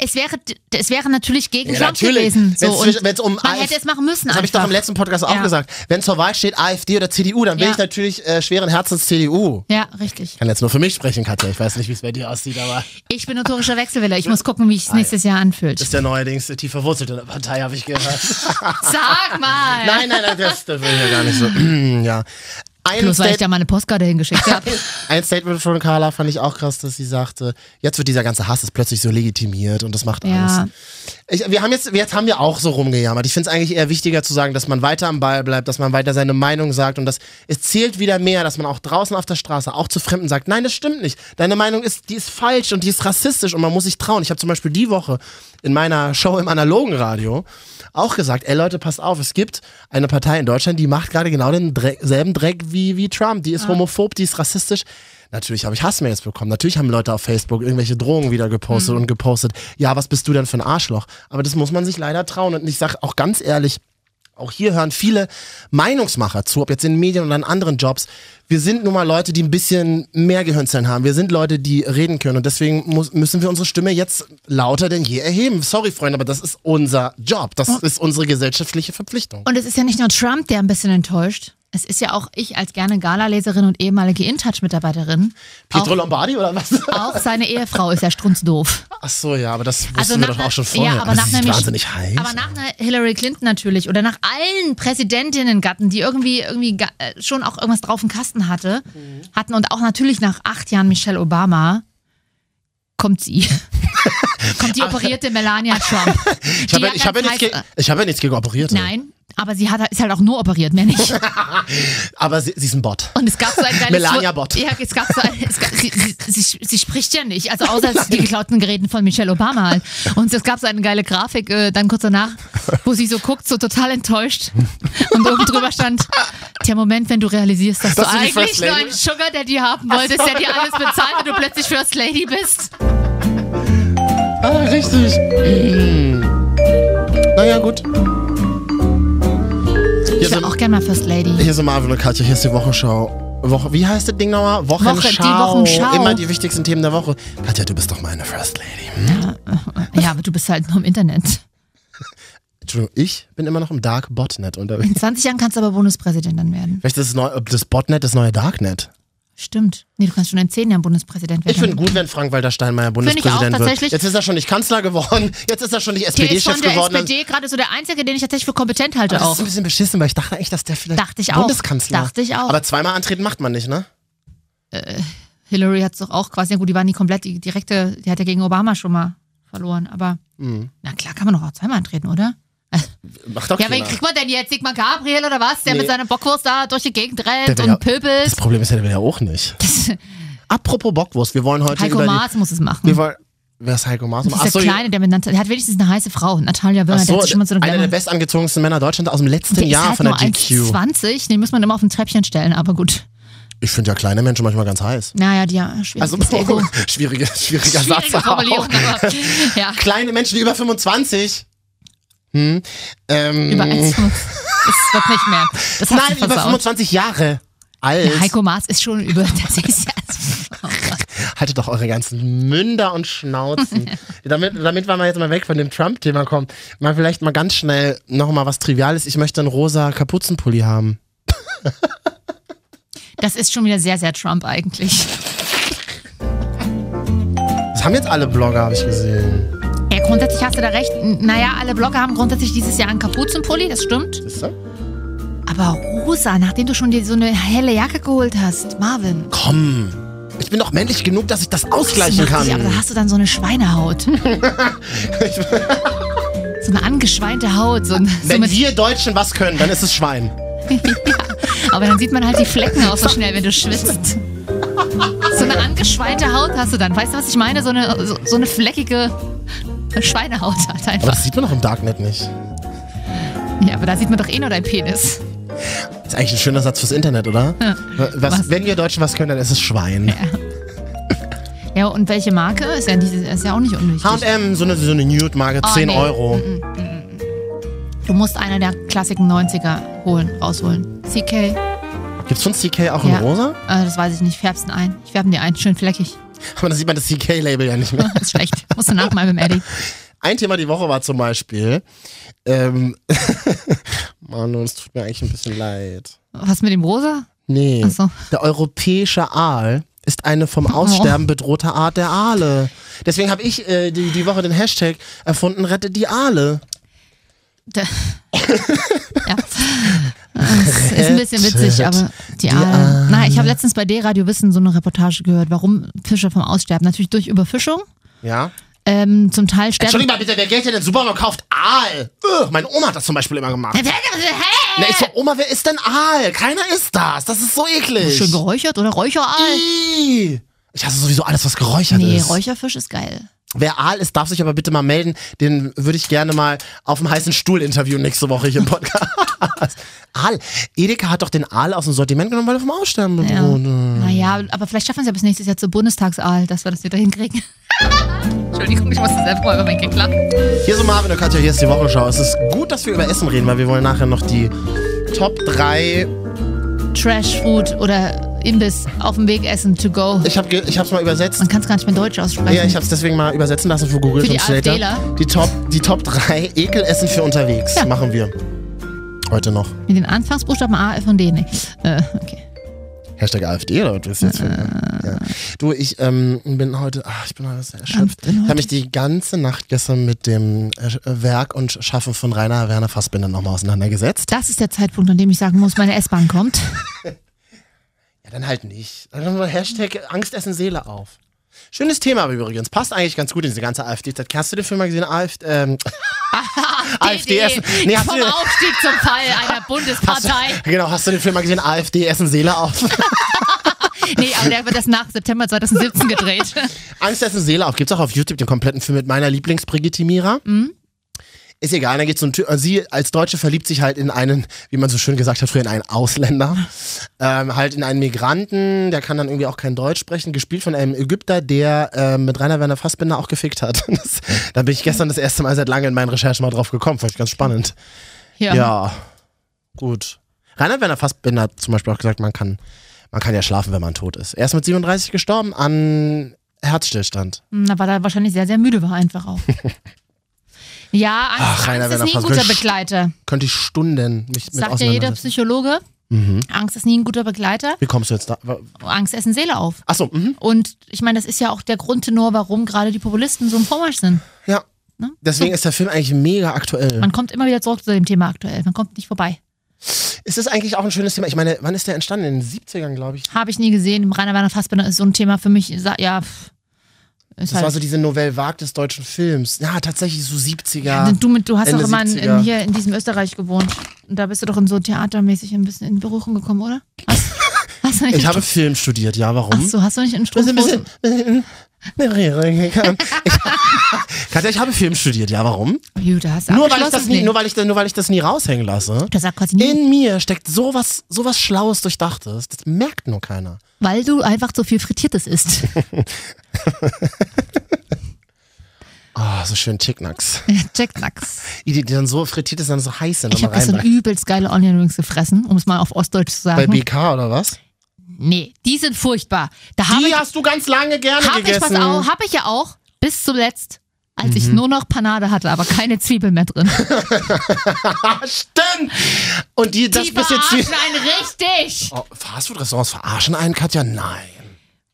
S2: es wäre, es wäre natürlich gegen
S1: Ja,
S2: Trump
S1: natürlich.
S2: gewesen. So,
S1: Wenn's
S2: und
S1: zwischen- wenn's um
S2: man
S1: AfD
S2: hätte es machen müssen.
S1: Das habe ich doch
S2: einfach.
S1: im letzten Podcast auch
S2: Ja.
S1: gesagt. Wenn zur Wahl steht AfD oder CDU, dann bin
S2: Ja.
S1: ich natürlich äh, schweren Herzens CDU.
S2: Ja, richtig.
S1: Ich kann jetzt nur für mich sprechen, Katja. Ich weiß nicht, wie es bei dir aussieht, aber
S2: Ich bin notorischer Wechselwille. Ich muss gucken, wie ich es nächstes Jahr anfühlt.
S1: das ist ja neuerdings äh, tief verwurzelt in der Partei, habe ich gehört.
S2: Sag mal!
S1: nein, nein, nein, das, das will ich ja gar nicht so. (clears throat) ja. Ein,
S2: Bloß weil ich
S1: State
S2: da meine Postkarte hingeschickt
S1: (laughs)
S2: habe.
S1: ein Statement von Carla fand ich auch krass, dass sie sagte, jetzt wird dieser ganze Hass ist plötzlich so legitimiert und das macht
S2: Ja.
S1: Angst. Ich, wir haben jetzt, jetzt haben wir auch so rumgejammert. Ich finde es eigentlich eher wichtiger zu sagen, dass man weiter am Ball bleibt, dass man weiter seine Meinung sagt und das es zählt wieder mehr, dass man auch draußen auf der Straße auch zu Fremden sagt, nein, das stimmt nicht. Deine Meinung ist, die ist falsch und die ist rassistisch und man muss sich trauen. Ich habe zum Beispiel die Woche in meiner Show im analogen Radio auch gesagt, ey Leute, passt auf, es gibt eine Partei in Deutschland, die macht gerade genau den Dreck, selben Dreck wie, wie Trump. Die ist homophob, die ist rassistisch. Natürlich habe ich Hassmails bekommen. Natürlich haben Leute auf Facebook irgendwelche Drohungen wieder gepostet und gepostet. Ja, was bist du denn für ein Arschloch? Aber das muss man sich leider trauen. Und ich sage auch ganz ehrlich, auch hier hören viele Meinungsmacher zu, ob jetzt in Medien oder in anderen Jobs. Wir sind nun mal Leute, die ein bisschen mehr Gehirnzellen haben. Wir sind Leute, die reden können. Und deswegen muss, müssen wir unsere Stimme jetzt lauter denn je erheben. Sorry, Freunde, aber das ist unser Job. Das ist unsere gesellschaftliche Verpflichtung.
S2: Und es ist ja nicht nur Trump, der ein bisschen enttäuscht. Es ist ja auch ich als gerne Gala-Leserin und ehemalige InTouch-Mitarbeiterin.
S1: Pietro Lombardi oder was?
S2: (laughs) Auch seine Ehefrau ist ja strunzdoof.
S1: Ach so, ja, aber das wussten
S2: Also
S1: wir
S2: nach
S1: doch
S2: einer-
S1: auch schon vorher.
S2: Ja, aber
S1: aber
S2: nach
S1: sie
S2: einer
S1: ist
S2: Mich-
S1: wahnsinnig heiß.
S2: Aber nach einer Hillary Clinton natürlich oder nach allen Präsidentinnen-Gatten, die irgendwie, irgendwie ga- äh, schon auch irgendwas drauf im Kasten hatte,
S1: Mhm. (laughs)
S2: hatten und auch natürlich nach acht Jahren Michelle Obama, kommt sie. Kommt die operierte Melania Trump.
S1: Ich habe ja, ich hab ja,
S2: ganz
S1: nichts ge-
S2: heiß-
S1: ich hab ja nichts gegen operiert.
S2: Nein, aber sie hat, ist halt auch nur operiert,
S1: (laughs)
S2: mehr nicht.
S1: Aber sie, sie ist ein Bot.
S2: Und es gab so ein geiles...
S1: Melania Bot.
S2: Ja, es gab so ein, es gab, sie, sie, sie, sie spricht ja nicht, also
S1: (laughs)
S2: außer die geklauten Geräten von Michelle Obama halt. Und es gab so eine geile Grafik äh, dann kurz danach, wo sie so guckt, so total enttäuscht und oben drüber stand, der Moment, wenn du realisierst, dass
S1: Dass
S2: du
S1: du die
S2: eigentlich
S1: First
S2: nur
S1: Lady
S2: einen Sugar Daddy haben wolltest, der dir alles bezahlt und du plötzlich First Lady bist.
S1: Ah, richtig. Naja, Hm. gut. Hier
S2: Ich wäre
S1: sind,
S2: auch gerne mal First Lady.
S1: hier sind Marvin und Katja, hier ist die Wochenschau. Woche, wie heißt das Ding nochmal? Wochenschau.
S2: Woche- die Wochenschau.
S1: Immer die wichtigsten Themen der Woche. Katja, du bist doch meine First Lady. Hm?
S2: Ja, aber du bist halt nur im Internet.
S1: Entschuldigung, ich bin immer noch im Dark Botnet unterwegs.
S2: In 20 Jahren kannst du aber Bundespräsident dann werden.
S1: Vielleicht ist das, neu, das Botnet das neue Darknet.
S2: Stimmt. Nee, du kannst schon in 10 Jahren Bundespräsident werden.
S1: Ich finde gut, wenn Frank-Walter Steinmeier Bundespräsident wird.
S2: tatsächlich.
S1: Jetzt ist er schon nicht Kanzler geworden, jetzt ist er schon nicht
S2: Der ist von
S1: SPD-Chef
S2: der
S1: geworden. also-
S2: SPD gerade so der Einzige, den ich tatsächlich für kompetent halte
S1: das
S2: auch.
S1: ist ein bisschen beschissen, weil ich dachte eigentlich, dass der vielleicht
S2: Dachte ich auch.
S1: Bundeskanzler
S2: Dachte ich auch.
S1: Aber zweimal antreten macht man nicht, ne?
S2: Hillary hat es doch auch quasi, ja gut, die war nie komplett die direkte, die hat ja gegen Obama schon mal verloren, aber
S1: Mhm.
S2: na klar kann man doch auch zweimal antreten, oder?
S1: Macht doch
S2: Ja, wen
S1: keiner.
S2: kriegt man denn jetzt? Sigmar Gabriel oder was? Der
S1: Nee.
S2: mit seiner Bockwurst da durch die Gegend rennt
S1: Der wär-
S2: und pöbelt.
S1: Das Problem ist ja, der will ja auch nicht. Apropos Bockwurst, wir wollen heute
S2: Heiko
S1: über die-
S2: Maas muss es machen.
S1: Wir wollen, wer ist Heiko Maas?
S2: Das ist der Kleine, der mit Nat- der hat wenigstens eine heiße Frau. Natalia Wörner, der
S1: achso,
S2: hat sich schon mal so eine
S1: einer der
S2: Glamour-
S1: bestangezogensten Männer Deutschlands aus dem letzten
S2: der
S1: Jahr
S2: ist halt
S1: von der
S2: nur
S1: GQ.
S2: 1,20, den muss man immer auf ein Treppchen stellen, aber gut.
S1: Ich finde ja kleine Menschen manchmal ganz heiß.
S2: Naja, die ja, schwierig.
S1: Also, (laughs)
S2: ist Ego.
S1: schwierige, schwieriger Satz.
S2: Schwierige
S1: auch.
S2: Formulierung, aber
S1: (laughs)
S2: ja.
S1: Kleine Menschen, die über 25. Hm. Ähm,
S2: Über 1,5. Das wird nicht mehr. Das hast
S1: Nein,
S2: du
S1: über
S2: versaut.
S1: 25 Jahre alt.
S2: Heiko Maas ist schon über. (laughs) Das ist ja, oh Gott.
S1: Haltet doch eure ganzen Münder und
S2: (laughs)
S1: Schnauzen. damit, damit wir mal jetzt mal weg von dem Trump-Thema kommen, mal vielleicht mal ganz schnell nochmal was Triviales. Ich möchte einen rosa Kapuzenpulli haben.
S2: das ist schon wieder sehr, sehr Trump eigentlich.
S1: Das haben jetzt alle Blogger, habe ich gesehen.
S2: Ja, grundsätzlich hast du da recht. N- Naja, alle Blogger haben grundsätzlich dieses Jahr einen Kapuzenpulli, das stimmt.
S1: Siehst du?
S2: Aber Rosa, nachdem du schon dir so eine helle Jacke geholt hast, Marvin.
S1: Komm. Ich bin doch männlich genug, dass ich das ausgleichen kann.
S2: Ja, aber da hast du dann so
S1: (laughs)
S2: eine Schweinehaut. so eine angeschweinte Haut. So ein, so
S1: Wenn
S2: mit,
S1: wir Deutschen was können, dann ist es Schwein.
S2: aber dann sieht man halt die Flecken auch so schnell, wenn du schwitzt. So eine angeschweinte Haut hast du dann. Weißt du, was ich meine? So eine, so, so eine fleckige Schweinehaut halt
S1: Aber
S2: einfach.
S1: das sieht man doch im Darknet nicht.
S2: Ja, aber da sieht man doch eh nur dein Penis.
S1: Ist eigentlich ein schöner Satz fürs Internet, oder? Was,
S2: Was?
S1: Wenn wir Deutschen was können, dann ist es Schwein.
S2: Ja, und welche Marke? Ist ja, diese, ist ja auch nicht unwichtig.
S1: H&M, so eine, so eine Nude-Marke,
S2: Oh,
S1: 10
S2: nee.
S1: Euro.
S2: Du musst einer der Klassiken 90er holen, rausholen. CK.
S1: Gibt's von CK auch
S2: mm. Ja.
S1: in rosa?
S2: Äh, das weiß ich nicht. Färbst ihn ein. Ich färbe ihn dir ein. Schön
S1: (laughs)
S2: fleckig.
S1: Aber da sieht man das CK-Label ja
S2: (laughs)
S1: nicht mehr.
S2: ist schlecht. Musst du nachmalen mit dem Eddie.
S1: Ein Thema die Woche war zum Beispiel, ähm, (laughs) Mann, es tut mir eigentlich ein bisschen leid.
S2: Was mit dem Rosa?
S1: Nee,
S2: Ach so. Oh.
S1: der europäische Aal ist eine vom Aussterben bedrohte Art der Aale. Deswegen habe ich äh, die, die Woche den Hashtag erfunden, rette die Aale.
S2: Da-
S1: (laughs)
S2: ja. Das ist ein bisschen witzig, aber die Aale. Nein, ich habe letztens bei D-Radio Wissen so eine Reportage gehört, warum Fische vom Aussterben. Natürlich durch Überfischung.
S1: Ja?
S2: Ähm, zum Teil sterben.
S1: Entschuldigung mal bitte, wer Geld in den Supermarkt kauft, Aal. Ugh, meine Oma hat das zum Beispiel immer gemacht. Na, ich so, Oma, wer ist denn Aal? Keiner ist das. Das ist so eklig.
S2: Schön geräuchert oder Räucheraal?
S1: Ih. Ich hasse sowieso alles, was geräuchert
S2: Nee,
S1: ist.
S2: Räucherfisch ist geil.
S1: Wer Aal ist, darf sich aber bitte mal melden. Den würde ich gerne mal auf dem heißen Stuhl interviewen nächste Woche hier im Podcast. (laughs) Aal. Edeka hat doch den Aal aus dem Sortiment genommen, weil er vom Aussterben
S2: Ja.
S1: bedroht.
S2: Naja, aber vielleicht schaffen wir es ja bis nächstes Jahr zur Bundestagsaal, dass wir das wieder hinkriegen. (laughs) Entschuldigung, ich musste selber mal über meinen Gag lachen.
S1: Hier sind Marvin und Katja, hier ist die Wochenschau. Es ist gut, dass wir über Essen reden, weil wir wollen nachher noch die Top 3.
S2: Trash-Food oder Imbiss auf dem Weg essen to go.
S1: Ich habe ge- ich hab's mal übersetzt.
S2: Man kann es gar nicht mehr in Deutsch aussprechen.
S1: Ja, ich habe es deswegen mal übersetzen lassen für Google
S2: Für die
S1: Translator.
S2: AfDler.
S1: Die Top, die Top 3 Ekelessen für unterwegs machen wir. Heute noch.
S2: Mit den Anfangsbuchstaben A, F und D, nee. Äh, okay.
S1: Hashtag AfD oder was ist jetzt? Für,
S2: Äh.
S1: ja. Du, ich ähm, bin heute, ach, ich bin heute sehr erschöpft.
S2: Ah, bin
S1: Ich
S2: heute-
S1: habe mich die ganze Nacht gestern mit dem äh, Werk und Schaffen von Rainer Werner Fassbinder nochmal auseinandergesetzt.
S2: Das ist der Zeitpunkt, an dem ich sagen muss, meine S-Bahn kommt.
S1: Ja, dann halt nicht. Dann haben wir Hashtag Angst essen Seele auf. Schönes Thema aber übrigens. Passt eigentlich ganz gut in diese ganze AfD-Zeit. Hast du den Film mal gesehen? AfD,
S2: (laughs)
S1: ähm, (laughs) AfD Essen. Nee, hast
S2: vom
S1: du-
S2: Aufstieg zum
S1: (laughs)
S2: Fall einer
S1: hast
S2: Bundespartei.
S1: du, genau, hast du den Film mal gesehen? AfD Essen Seele auf.
S2: Nee, aber der wird das nach September 2017 gedreht.
S1: (laughs) Angst Essen Seele auf. Gibt's auch auf YouTube den kompletten Film mit meiner Lieblings-Brigitte Mira. Ist egal, da geht's um Ty- äh, sie als Deutsche verliebt sich halt in einen, wie man so schön gesagt hat früher, in einen Ausländer, ähm, halt in einen Migranten, der kann dann irgendwie auch kein Deutsch sprechen, gespielt von einem Ägypter, der ähm, mit Rainer Werner Fassbinder auch gefickt hat. (laughs) Das, da bin ich gestern das erste Mal seit langem in meinen Recherchen mal drauf gekommen, fand ich ganz spannend.
S2: Ja.
S1: Ja, gut. Rainer Werner Fassbinder hat zum Beispiel auch gesagt, man kann, man kann ja schlafen, wenn man tot ist. Er ist mit 37 gestorben an Herzstillstand.
S2: Hm, Da war er wahrscheinlich sehr, sehr müde, war einfach auch. Ja, Angst,
S1: Ach, Rainer
S2: Angst ist
S1: Werner
S2: nie ein
S1: Fassbinder.
S2: guter Begleiter.
S1: Könnte ich Stunden nicht mit
S2: Sagt ja jeder
S1: auseinandersetzen.
S2: Psychologe.
S1: Mhm.
S2: Angst ist nie ein guter Begleiter. Oh,
S1: Wie kommst du jetzt da?
S2: Angst essen Seele auf.
S1: Achso, mhm.
S2: Und ich meine, das ist ja auch der Grundtenor, warum gerade die Populisten so im Vormarsch sind.
S1: ja.
S2: Ne?
S1: Deswegen ist der Film eigentlich mega aktuell.
S2: Man kommt immer wieder zurück zu dem Thema aktuell. Man kommt nicht vorbei.
S1: Ist das eigentlich auch ein schönes Thema? Ich meine, wann ist der entstanden? In den 70ern, glaube ich.
S2: Habe ich nie gesehen. Rainer Werner Fassbinder ist so ein Thema für mich. sa- Ja, pff. ist
S1: Das war
S2: halt.
S1: so diese Novelle Vague des deutschen Films. Ja, tatsächlich so 70er.
S2: du, mit, du hast
S1: Ende
S2: doch immer in,
S1: 70er.
S2: in, hier in diesem Österreich gewohnt. Und da bist du doch in so theatermäßig ein bisschen in Berührung gekommen, oder? Hast, hast du nicht
S1: ich habe Film studiert, ja, warum?
S2: Ach so, hast du nicht in
S1: Das ist ein
S2: Strumpfhose?
S1: bisschen. Ich, (laughs) Katja, ich habe Film studiert, ja, warum?
S2: Gut, da hast du
S1: Nur weil, ich das
S2: abgeschlossen?
S1: nie,
S2: Nee.
S1: nur, weil ich, nur weil ich das nie raushängen lasse.
S2: Das sagt quasi nie.
S1: In mir steckt sowas, sowas Schlaues, Durchdachtes. Das merkt nur keiner.
S2: Weil du einfach zu viel Frittiertes
S1: (laughs)
S2: isst.
S1: Ah, so schön Chicknacks.
S2: Jack Nacks.
S1: Die, die dann so frittiert ist, dann so heiß sind. wenn
S2: Ich habe
S1: man
S2: gestern
S1: reinbeißt.
S2: übelst geile Onion Rings gefressen, um es mal auf Ostdeutsch zu
S1: Bei
S2: sagen.
S1: BK oder was?
S2: Nee, die sind furchtbar. Da habe
S1: Die
S2: ich,
S1: hast du ganz lange gerne
S2: hab ich, pass
S1: gegessen. Mhm.
S2: auf, hab ich ja auch, bis zuletzt, als ich nur noch Panade hatte, aber keine Zwiebel mehr drin.
S1: Ah, stimmt. Und die, das
S2: die
S1: bist jetzt
S2: verarschen
S1: die.
S2: einen richtig.
S1: Oh, Fastfood-Restaurants verarschen einen, Katja? Nein.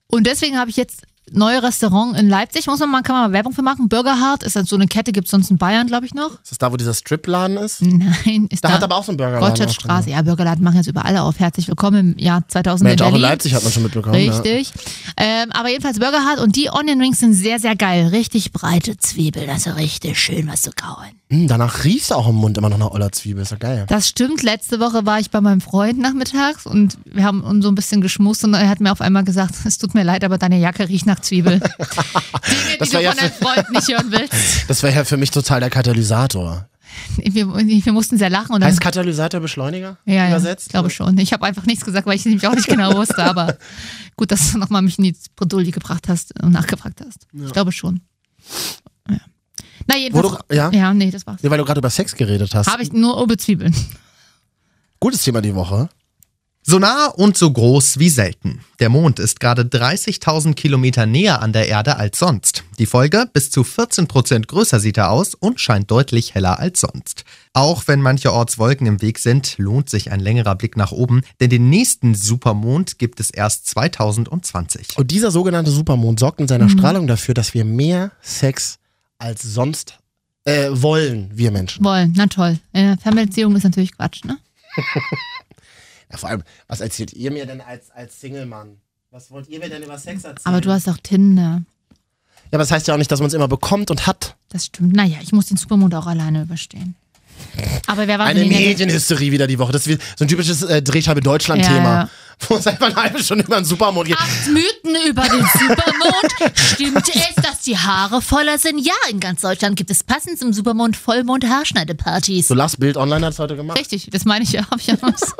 S2: Und deswegen habe ich jetzt neue Restaurant in Leipzig, muss man mal, kann man mal Werbung für machen. Burger Hart ist halt so eine Kette, gibt es sonst in Bayern, glaube ich, noch.
S1: Ist das da, wo dieser Stripladen ist?
S2: Nein, ist
S1: Da
S2: da.
S1: hat aber auch so ein Burgerladen. auch
S2: Gottschedstraße, ja, Burgerladen machen jetzt überall auf. Herzlich willkommen im Jahr 2000
S1: drin. Mensch,
S2: in
S1: auch in
S2: Berlin.
S1: Leipzig ne? hat man schon mitbekommen. Ja.
S2: Richtig. Ähm, aber jedenfalls Burger Hut und die Onion Rings sind sehr, sehr geil. Richtig breite Zwiebel, das ist richtig schön was zu kauen.
S1: Hm, danach riechst du auch im Mund immer noch nach Oller Zwiebel. Ist doch geil.
S2: Das stimmt. Letzte Woche war ich bei meinem Freund nachmittags und wir haben uns so ein bisschen geschmust und er hat mir auf einmal gesagt, (laughs) es tut mir leid, aber deine Jacke riecht nach
S1: (laughs)
S2: Zwiebel. Dinge,
S1: Das
S2: die
S1: war
S2: du
S1: ja
S2: von deinem Freund nicht hören willst.
S1: Das wäre ja für mich total der Katalysator.
S2: Wir, wir mussten sehr lachen und dann
S1: Heißt Katalysator Beschleuniger?
S2: ja, ja,
S1: Übersetzt?
S2: ich glaube schon. Ich habe einfach nichts gesagt, weil ich es nämlich auch nicht genau
S1: (laughs)
S2: wusste, aber gut, dass du nochmal mich in die Bredouille gebracht hast und nachgefragt hast. Ich glaube schon. Ja. Na,
S1: Wo
S2: jedenfalls.
S1: du, ja?
S2: Ja, nee, das war's.
S1: ja, weil du gerade über Sex geredet hast.
S2: Habe ich nur ohne Zwiebeln.
S1: Gutes Thema die Woche.
S5: So nah und so groß wie selten. Der Mond ist gerade 30.000 Kilometer näher an der Erde als sonst. Die Folge? Bis zu 14 Prozent größer sieht er aus und scheint deutlich heller als sonst. Auch wenn mancherorts Wolken im Weg sind, lohnt sich ein längerer Blick nach oben, denn den nächsten Supermond gibt es erst 2020.
S1: Und dieser sogenannte Supermond sorgt in seiner
S2: Mhm.
S1: Strahlung dafür, dass wir mehr Sex als sonst äh, wollen, wir Menschen.
S2: Wollen, na toll. Äh, Fernbeziehung ist natürlich Quatsch, ne?
S1: Ja, vor allem, was erzählt ihr mir denn als, als Single-Mann? Was wollt ihr mir denn über Sex erzählen?
S2: Aber du hast auch Tinder.
S1: ja, aber das heißt ja auch nicht, dass man es immer bekommt und hat.
S2: Das stimmt. Naja, ich muss den Supermond auch alleine überstehen. Aber wer war
S1: Eine
S2: denn der-
S1: Medienhysterie wieder die Woche. Das ist wie so ein typisches äh, Drehscheibe Deutschland-Thema.
S2: Ja, Ah. ja.
S1: Wo es einfach eine halbe Stunde über den Supermond geht.
S2: Acht Mythen über den Supermond. Stimmt es, dass die Haare voller sind? Ja, in ganz Deutschland gibt es passend zum Supermond Vollmond-Haarschneidepartys.
S1: So, Lars Bild Online hat es heute gemacht.
S2: Richtig, das meine ich ja. Hab ich ja was.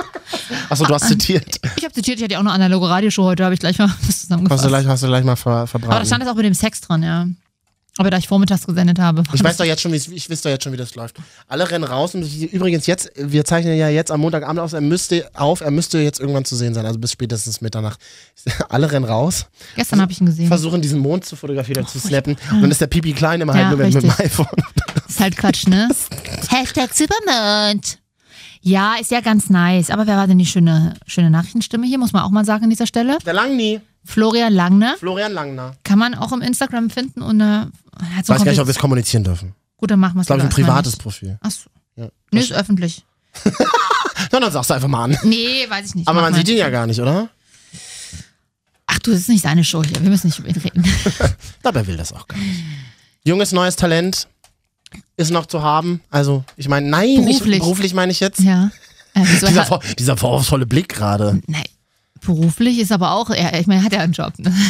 S1: Achso, du
S2: Ah.
S1: hast zitiert.
S2: ich habe zitiert, ich hatte ja auch eine analoge Radioshow heute, habe ich gleich mal (laughs) was
S1: Hast du
S2: zusammengefasst.
S1: gleich, hast du gleich mal ver
S2: Aber da stand
S1: verbraten.
S2: es auch mit dem Sex dran, ja. Aber da ich vormittags gesendet habe. war
S1: Ich weiß
S2: das-
S1: doch jetzt schon, wie es- ich weiß doch jetzt schon, wie das läuft. Alle rennen raus und ich- übrigens jetzt, wir zeichnen ja jetzt am Montagabend auf, er müsste auf, er müsste jetzt irgendwann zu sehen sein, also bis spätestens Mitternacht. (laughs) Alle rennen raus,
S2: Gestern habe ich ihn gesehen.
S1: versuchen diesen Mond zu fotografieren, zu snappen und dann ist der Pipi klein immer
S2: Ja,
S1: halt nur mit, mit dem
S2: richtig.
S1: iPhone.
S2: Ist halt
S1: (laughs)
S2: Quatsch, ne? Hashtag Supermond. Ja, ist ja ganz nice. Aber wer war denn die schöne, schöne Nachrichtenstimme hier? Muss man auch mal sagen an dieser Stelle.
S1: Der Langni,
S2: Florian Langner.
S1: Florian Langner.
S2: Kann man auch im Instagram finden und äh, er hat so
S1: Weiß gar nicht, ob wir
S2: es
S1: es kommunizieren dürfen.
S2: Gut, dann machen wir es
S1: Das ist, glaube ich, ein
S2: lieber erstmal
S1: privates Profil.
S2: nicht. Ach so.
S1: Ja.
S2: Nee, ist öffentlich.
S1: Na, dann sagst du einfach mal an.
S2: Nee, weiß ich nicht.
S1: Aber
S2: Mach
S1: man
S2: mal.
S1: sieht ihn ja gar nicht, oder?
S2: Ach, Du, das ist nicht seine Schuld hier. Wir müssen nicht über ihn reden. (laughs)
S1: Dabei will das auch gar nicht. Junges, neues Talent ist noch zu haben. Also, ich meine, nein,
S2: Beruflich.
S1: Nicht, beruflich meine ich jetzt.
S2: Ja. Äh, wieso
S1: Dieser,
S2: hat-
S1: vor, dieser vorwurfsvolle Blick gerade.
S2: Nein. Beruflich ist aber auch, er, ich meine, er hat ja einen Job. Ne? (laughs)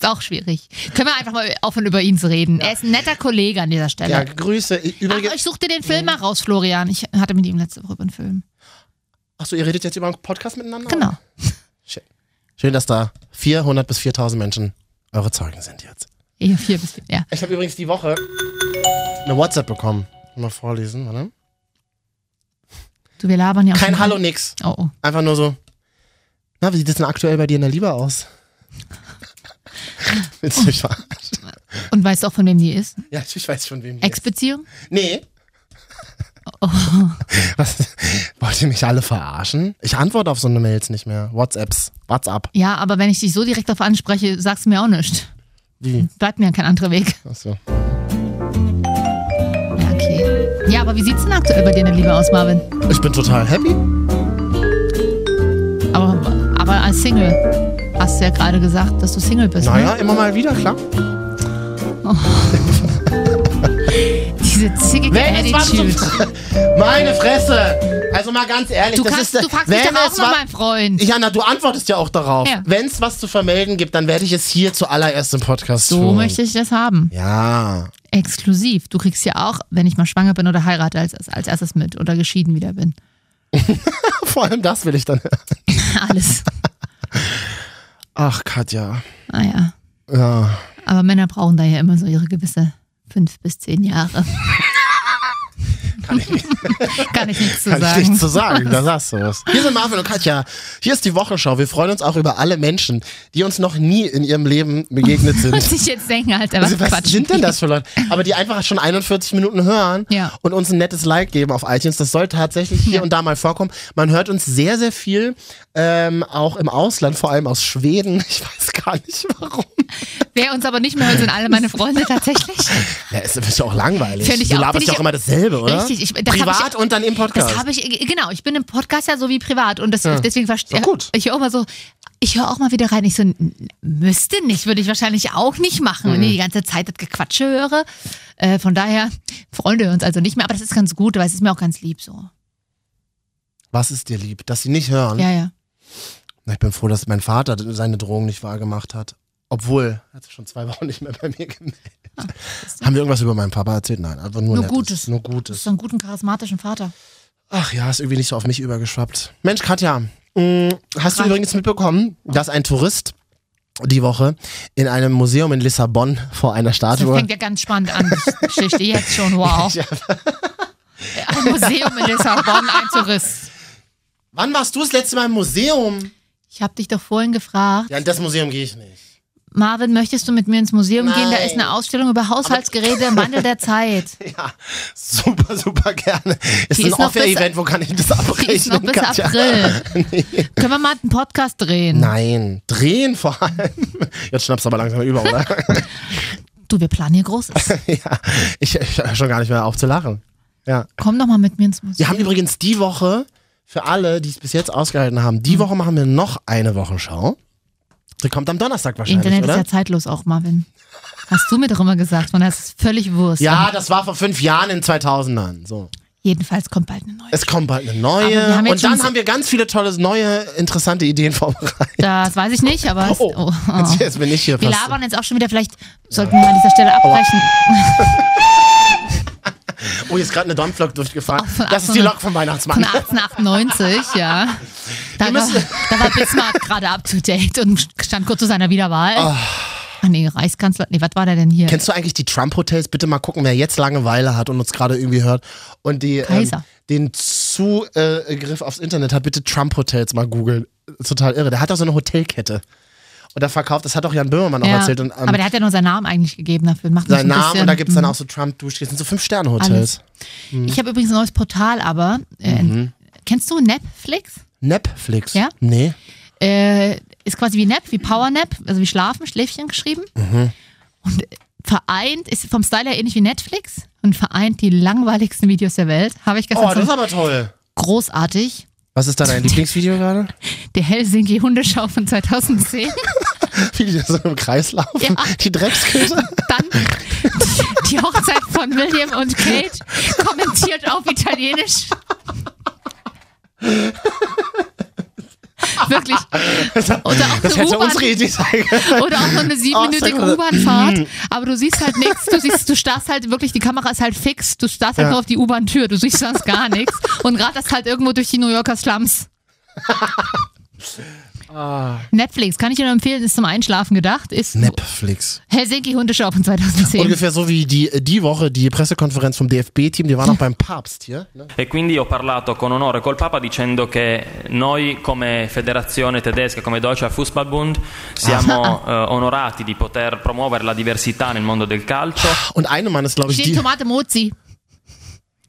S2: Das ist auch schwierig. Können wir einfach mal aufhören, über ihn zu reden. Er ist ein netter Kollege an dieser Stelle.
S1: Ja, Ah, Grüße.
S2: Ach,
S1: Übrigens,
S2: ich suchte den Film mal raus, Florian. Ich hatte mit ihm letzte Woche über einen Film.
S1: achso, ihr redet jetzt über einen Podcast miteinander?
S2: Genau.
S1: Schön, dass da 400 bis 4000 Menschen eure Zeugen sind jetzt.
S2: Ja, vier bis vier. Ja.
S1: Ich habe übrigens die Woche eine WhatsApp bekommen. Mal vorlesen, warte.
S2: Du, wir labern ja auch
S1: Kein
S2: schon-
S1: Hallo, nix.
S2: Oh, oh.
S1: Einfach nur so. Na, wie sieht es denn aktuell bei dir in der Liebe (laughs) aus? Willst du mich verarschen?
S2: Und weißt du auch, von wem die ist?
S1: Ja, ich weiß schon, wem die ist.
S2: Ex-Beziehung?
S1: Nee. (laughs) Was? Wollt ihr mich alle verarschen? Ich antworte auf so eine Mails nicht mehr. WhatsApps, WhatsApp.
S2: Ja, aber wenn ich dich so direkt darauf anspreche, sagst du mir auch nichts.
S1: Wie?
S2: Bleibt mir kein anderer Weg.
S1: Achso.
S2: Ja, okay. Ja, aber wie sieht's denn aktuell bei dir denn lieber aus, Marvin?
S1: Ich bin total happy.
S2: Aber, aber als Single. Hast du ja gerade gesagt, dass du Single bist.
S1: Naja, immer mal wieder, klar.
S2: Ne? Diese zickige
S1: Wenn es was zum
S2: Attitude.
S1: (laughs) Meine Fresse! Also mal ganz ehrlich,
S2: Du,
S1: das
S2: kannst,
S1: ist
S2: du fragst mich
S1: wenn
S2: doch auch
S1: es
S2: noch,
S1: was-
S2: mein Freund.
S1: Ja, na, du antwortest ja auch darauf.
S2: Ja.
S1: Wenn es was zu vermelden gibt, dann werde ich es hier zuallererst im Podcast
S2: so
S1: tun.
S2: möchte ich das haben.
S1: Ja.
S2: Exklusiv. Du kriegst ja auch, wenn ich mal schwanger bin oder heirate, als, als erstes mit oder geschieden wieder bin. (laughs)
S1: Vor allem das will ich dann.
S2: Alles.
S1: Ach, Katja.
S2: Naja.
S1: Ja.
S2: Aber Männer brauchen da ja immer so ihre gewisse fünf bis zehn Jahre.
S1: (laughs) Kann ich,
S2: Kann ich nichts zu
S1: kann ich
S2: sagen.
S1: nichts zu sagen. (laughs) Da sagst du was. Hier sind Marvin und Katja. Hier ist die Wochenschau. Wir freuen uns auch über alle Menschen, die uns noch nie in ihrem Leben begegnet (laughs)
S2: Und
S1: sind.
S2: ich jetzt denken, Alter, was,
S1: Also, was
S2: Quatsch.
S1: sind denn das für Leute? Aber die einfach schon 41 Minuten hören
S2: Ja.
S1: und uns ein nettes Like geben auf iTunes. Das soll tatsächlich hier
S2: Ja.
S1: und da mal vorkommen. Man hört uns sehr, sehr viel, ähm, auch im Ausland, vor allem aus Schweden. (laughs) Ich weiß gar nicht warum.
S2: Wer uns aber nicht mehr hört, sind alle meine Freunde tatsächlich.
S1: Ja, ist, ist ja auch langweilig.
S2: Finde ich
S1: du
S2: auch,
S1: laberst
S2: finde
S1: ja
S2: ich
S1: auch immer
S2: auch-
S1: dasselbe, oder?
S2: Richtig, ich- das hab
S1: Privat
S2: ich-
S1: und dann im Podcast.
S2: Das habe ich, genau, ich bin im Podcast ja so wie privat und das, deswegen verstehe
S1: Ist doch gut.
S2: ich höre auch mal so, ich höre auch mal wieder rein, ich so, n- müsste nicht, würde ich wahrscheinlich auch nicht
S1: Mhm.
S2: machen, wenn ich die ganze Zeit das Gequatsche höre. Äh, von daher, Freunde hören uns also nicht mehr, aber das ist ganz gut, weil es ist mir auch ganz lieb so.
S1: Was ist dir lieb? Dass sie nicht hören?
S2: Ja, ja.
S1: Na, ich bin froh, dass mein Vater seine Drohung nicht wahrgemacht hat. Obwohl, er hat sich schon zwei (laughs) Wochen nicht mehr bei mir gemeldet.
S2: Ah,
S1: Haben wir irgendwas über meinen Papa erzählt? Nein, einfach nur,
S2: Nur
S1: Nettes.
S2: Gutes.
S1: Nur
S2: Du hast
S1: Gutes.
S2: so einen guten charismatischen Vater.
S1: Ach ja, ist irgendwie nicht so auf mich übergeschwappt. Mensch, Katja, mh, hast du
S2: Krass.
S1: übrigens mitbekommen, dass ein Tourist die Woche in einem Museum in Lissabon vor einer
S2: Das
S1: Statue (laughs)
S2: fängt ja ganz spannend an, die Geschichte jetzt schon, wow.
S1: Ja.
S2: Ein Museum in Lissabon, ein Tourist.
S1: Wann warst du das letzte Mal im Museum?
S2: Ich habe dich doch vorhin gefragt,
S1: Ja, in das Museum gehe ich nicht.
S2: Marvin, möchtest du mit mir ins Museum gehen? Da
S1: Nein.
S2: ist eine Ausstellung über Haushaltsgeräte im Wandel der Zeit.
S1: Ja, super, super gerne. Ist
S2: Die
S1: ein
S2: ist noch
S1: Off-Air-Event, wo kann ich das abrechnen?
S2: Die
S1: (laughs)
S2: ist noch bis
S1: Katja? (laughs)
S2: April. Können wir mal einen Podcast drehen?
S1: Nein, drehen vor allem. (laughs) Jetzt schnappst du aber langsam über, oder?
S2: Du, wir planen hier Großes.
S1: (laughs) ja, ich, ich höre schon gar nicht mehr auf zu lachen. Ja.
S2: Komm doch mal mit mir ins Museum.
S1: Wir haben übrigens die Woche, für alle, die es bis jetzt ausgehalten haben, die Woche machen wir noch eine Wochenschau. Die kommt am Donnerstag wahrscheinlich,
S2: Internet
S1: oder?
S2: ist ja zeitlos auch, Marvin. Hast du mir doch immer gesagt, man, das ist völlig Wurst.
S1: ja, das war vor fünf Jahren in 2000ern. So.
S2: Jedenfalls kommt bald eine neue.
S1: Es kommt bald eine
S2: Aber wir
S1: neue.
S2: haben jetzt
S1: Und dann
S2: schon-
S1: haben wir ganz viele tolle, neue, interessante Ideen vorbereitet.
S2: Das weiß ich nicht, aber es,
S1: Oh,
S2: oh,
S1: Jetzt, jetzt bin ich hier
S2: wir
S1: fast.
S2: labern jetzt auch schon wieder. Vielleicht sollten wir an dieser Stelle abbrechen.
S1: Oh, hier ist gerade eine Dampflok durchgefahren.
S2: Ach, ach,
S1: Das ist
S2: so
S1: die
S2: eine-
S1: Lok vom Weihnachtsmann.
S2: Von 1898, ja. Da
S1: Wir
S2: war,
S1: müssen-
S2: da war Bismarck gerade up to date und stand kurz zu seiner Wiederwahl. Ach nee, Reichskanzler. Nee, was war der denn hier?
S1: Ah. Kennst du eigentlich die Trump Hotels? Bitte mal gucken, wer jetzt Langeweile hat und uns gerade irgendwie hört und die, ähm,
S2: Kaiser.
S1: den Zugriff aufs Internet hat. Bitte Trump Hotels mal googeln. Ist Total irre. Der hat doch so eine Hotelkette. Und da verkauft, das hat auch Jan Böhmermann auch
S2: Ja,
S1: erzählt. Und,
S2: aber der
S1: ähm,
S2: hat ja nur seinen Namen eigentlich gegeben dafür. Macht mich
S1: seinen
S2: ein
S1: Namen
S2: bisschen, mhm.
S1: und da gibt es dann
S2: mh,
S1: auch Mhm. so Trump-Dusch. Das sind so Fünf-Sterne-Hotels.
S2: Mhm. Ich habe übrigens ein neues Portal, aber äh,
S1: Mhm.
S2: kennst du Netflix?
S1: Netflix.
S2: Ja?
S1: Nee.
S2: Äh, ist quasi wie Nap, wie Power Nap, also wie Schlafen, Schläfchen geschrieben.
S1: Mhm.
S2: Und äh, vereint, ist vom Style her ähnlich wie Netflix und vereint die langweiligsten Videos der Welt. Habe ich
S1: Oh, das
S2: gestern
S1: ist
S2: so
S1: aber toll.
S2: großartig.
S1: (laughs) Was ist da dein Lieblingsvideo gerade?
S2: Der Helsinki Hundeschau von 2010.
S1: Wie die da so im Kreis laufen.
S2: Ja.
S1: Die
S2: (laughs)
S1: Drecksköter.
S2: Dann die Hochzeit von William und Kate kommentiert auf Italienisch. Wirklich. Oder auch
S1: Das
S2: eine
S1: hätte
S2: U-Bahn.
S1: unsere Idee sein können.
S2: Oder auch nur eine siebenminütige
S1: Oh, sorry.
S2: U-Bahn-Fahrt. Aber du siehst halt nichts. Du siehst, du starrst halt wirklich, die Kamera ist halt fix. Du starrst halt
S1: Ja.
S2: nur auf die U-Bahn-Tür. Du siehst sonst gar nichts. Und ratterst halt irgendwo durch die New Yorker Slums.
S1: Ah.
S2: Netflix, kann ich dir nur empfehlen, ist zum Einschlafen gedacht. Ist
S1: Netflix.
S2: Helsinki Hundeschau von 2010.
S1: Ungefähr so wie die, äh, die Woche die Pressekonferenz vom DFB-Team, die war
S2: (laughs)
S1: noch beim Papst hier. Ne?
S6: E quindi ho parlato con onore col Papa dicendo che noi come federazione tedesca, come Deutscher Fußballbund, siamo eh, onorati di poter promuovere la diversità nel mondo del calcio.
S1: Und eine Mann ist, glaube ich,
S2: Steht
S1: die.
S2: Tomate Mozi.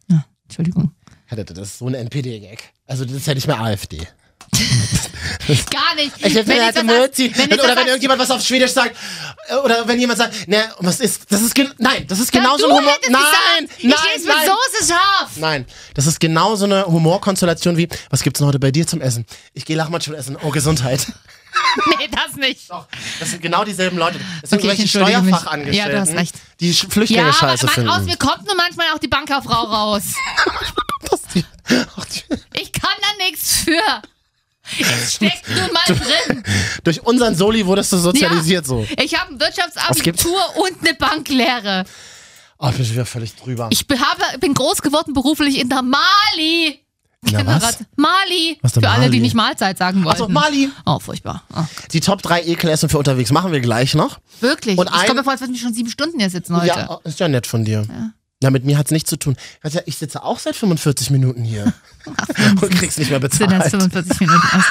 S2: Ja, Entschuldigung.
S1: Hätte das ist so eine NPD-Gag. Also, das ist ja nicht mehr AfD.
S2: Gar nicht.
S1: Ich hätte
S2: jetzt
S1: wenn
S2: was-
S1: Mözi,
S2: wenn
S1: wenn
S2: jetzt
S1: oder
S2: was-
S1: wenn irgendjemand was auf Schwedisch sagt, äh, oder wenn jemand sagt, ne, was ist, das ist, gen- nein, das ist
S2: Ja,
S1: genauso
S2: du
S1: ein Humor.
S2: hättest
S1: Nein,
S2: gesagt,
S1: nein,
S2: ich lese mit
S1: nein.
S2: Soße scharf.
S1: (laughs) Nein, das ist genau so eine Humorkonstellation wie, was gibt's denn heute bei dir zum Essen? Ich gehe Lachmann schon essen. Oh,
S2: (laughs)
S1: Gesundheit.
S2: Nee, das nicht.
S1: Doch, das sind genau dieselben Leute. Das sind
S2: Okay, ich
S1: irgendwelche
S2: entschuldige mich.
S1: Steuerfachangestellten,
S2: Ja, du hast recht.
S1: die Sch- Flüchtlinge
S2: Ja, aber
S1: scheiße
S2: man,
S1: finden.
S2: aus mir kommt nur manchmal auch die Bankerfrau raus.
S1: Das- die- auch die-
S2: Ich kann da nichts für. Es steckt nun
S1: (laughs)
S2: mal drin.
S1: Durch unseren Soli wurdest du
S2: Ja,
S1: sozialisiert so.
S2: ich habe ein
S1: Was gibt's?
S2: Wirtschaftsabitur und eine Banklehre.
S1: Oh, ich bin schon wieder völlig drüber.
S2: Ich be- habe, bin groß geworden beruflich in der Mali.
S1: Na, was?
S2: Generation- Mali.
S1: Was
S2: für
S1: denn
S2: alle, die
S1: Mali?
S2: nicht Mahlzeit sagen wollten.
S1: Achso, Mali,
S2: Oh, furchtbar. Oh.
S1: die Top 3 Ekelessen für unterwegs machen wir gleich noch.
S2: Wirklich.
S1: Und
S2: ich
S1: ein-
S2: komme mir vor, als würden wir schon sieben Stunden hier sitzen heute.
S1: Ja, ist ja nett von dir. Na, mit mir hat's nichts zu tun. Weißt du, Ich sitze auch seit 45 Minuten
S2: (laughs)
S1: hier und krieg's nicht mehr
S2: Sind das
S1: bezahlt.
S2: 45 Minuten?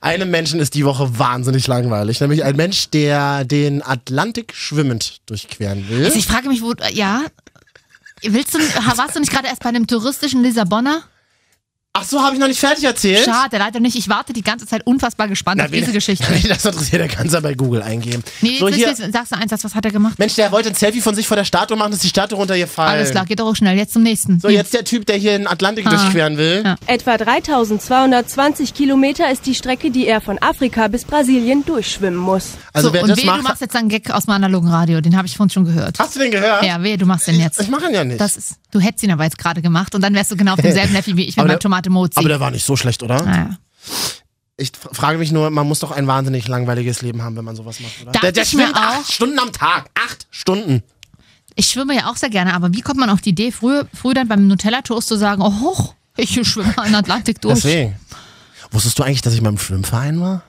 S1: Einem Menschen ist die Woche wahnsinnig langweilig. Nämlich ein Mensch, der den Atlantik schwimmend durchqueren will.
S2: (laughs) Also ich frage mich, wo. Ja. Willst du, warst du nicht gerade erst bei einem touristischen Lissabonner?
S1: Ach so, habe ich noch nicht fertig erzählt?
S2: Schade, leider nicht. Ich warte die ganze Zeit unfassbar gespannt auf
S1: (laughs)
S2: diese Geschichte.
S1: Wenn dich das interessiert, der kann es ja bei Google eingeben.
S2: Nee,
S1: so
S2: jetzt
S1: hier,
S2: willst du- sagst du einen Satz, was hat er gemacht?
S1: Mensch, der wollte ein Selfie von sich vor der Statue machen, ist die Statue runtergefallen.
S2: Alles klar, geht doch auch schnell. Jetzt zum nächsten.
S1: So, jetzt der Typ, der hier den Atlantik
S2: Ah.
S1: durchqueren will.
S2: Ja.
S7: Etwa 3220 Kilometer ist die Strecke, die er von Afrika bis Brasilien durchschwimmen muss.
S1: Also
S2: so,
S1: wer
S2: und
S1: das
S2: wehe, du
S1: macht.
S2: machst jetzt einen Gag aus dem analogen Radio. Den habe ich vorhin schon gehört.
S1: Hast du den gehört?
S2: Ja, wehe, du machst den jetzt.
S1: Ich mache ihn ja nicht.
S2: Das ist, du hättest ihn aber jetzt gerade gemacht und dann wärst du genau auf
S1: (laughs)
S2: demselben Level wie ich mit
S1: Aber
S2: meinem
S1: der-
S2: Tomate Mozi.
S1: Aber der war nicht so schlecht, oder?
S2: naja.
S1: Ich f- frage mich nur, man muss doch ein wahnsinnig langweiliges Leben haben, wenn man sowas macht, oder?
S2: Darf
S1: der der
S2: ich mir
S1: schwimmt
S2: auch-
S1: acht Stunden am Tag. Acht Stunden.
S2: Ich schwimme ja auch sehr gerne, aber wie kommt man auf die Idee, früher, früher dann beim Nutella-Toast zu sagen, oh, hoch, ich schwimme an den Atlantik durch?
S1: Deswegen. Wusstest du eigentlich, dass ich mal im Schwimmverein war?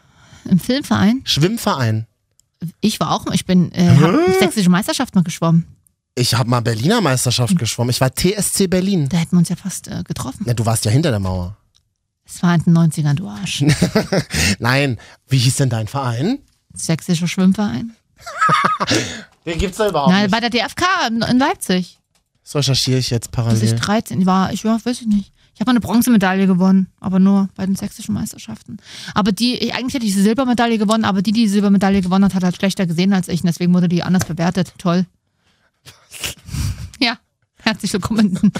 S2: Im Filmverein?
S1: Schwimmverein.
S2: Ich war auch, ich bin, äh, hab sächsische Meisterschaft mal geschwommen.
S1: Ich habe mal Berliner Meisterschaft geschwommen. Ich war TSC Berlin.
S2: Hm. Da hätten wir uns ja fast äh, getroffen.
S1: Ja, du warst ja hinter der Mauer.
S2: Es war halt in den 90ern, du Arsch.
S1: Nein, wie hieß denn dein Verein?
S2: Sächsischer Schwimmverein.
S1: Den gibt's da überhaupt
S2: Nein, bei der DFK in, in Leipzig.
S1: Das recherchiere ich jetzt
S2: Als ich
S1: parallel.
S2: 13 war, ich war, weiß ich nicht. Ich habe mal eine Bronzemedaille gewonnen, aber nur bei den sächsischen Meisterschaften. Aber die, ich, eigentlich hätte ich die Silbermedaille gewonnen, aber die, die die Silbermedaille gewonnen hat, hat halt schlechter gesehen als ich und deswegen wurde die anders bewertet. Toll. Ja, herzlich willkommen in,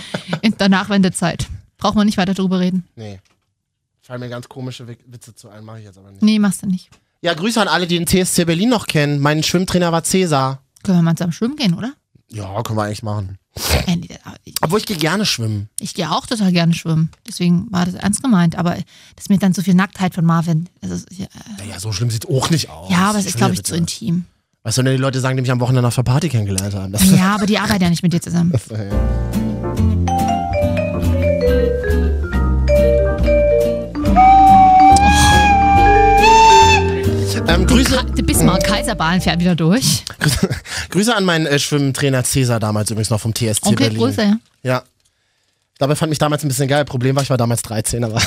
S2: in der Nachwendezeit. Braucht man nicht weiter drüber reden.
S1: Nee. Fallen mir ganz komische Wi- Witze zu ein, mache ich jetzt aber nicht.
S2: Nee, machst du nicht.
S1: Ja, Grüße an alle, die den TSC Berlin noch kennen. Mein Schwimmtrainer war Cäsar.
S2: Können wir mal zusammen schwimmen gehen, oder?
S1: Ja, können wir eigentlich machen.
S2: Äh, nee, aber ich-
S1: Obwohl ich gehe gerne schwimmen.
S2: Ich gehe auch total gerne schwimmen. Deswegen war das ernst gemeint. Aber dass mir dann so viel Nacktheit von Marvin. Also, ja,
S1: Naja, so schlimm sieht's auch Oh, nicht aus.
S2: ja, aber es ist, glaube ich,
S1: Bitte.
S2: zu intim.
S1: Was sollen denn die Leute sagen, die mich am Wochenende auf der Party kennengelernt haben? Das
S2: Ja, aber die arbeiten ja nicht mit dir zusammen.
S1: ähm, Grüße,
S2: Ka- Bismarck, Kaiserbahn fährt wieder durch.
S1: (laughs) Grüße an meinen äh, Schwimmtrainer Cäsar damals übrigens noch vom TSC
S2: Onkel
S1: Berlin.
S2: Grüße.
S1: Ja. Dabei fand mich damals ein bisschen geil. Problem war, ich war damals 13, aber (laughs)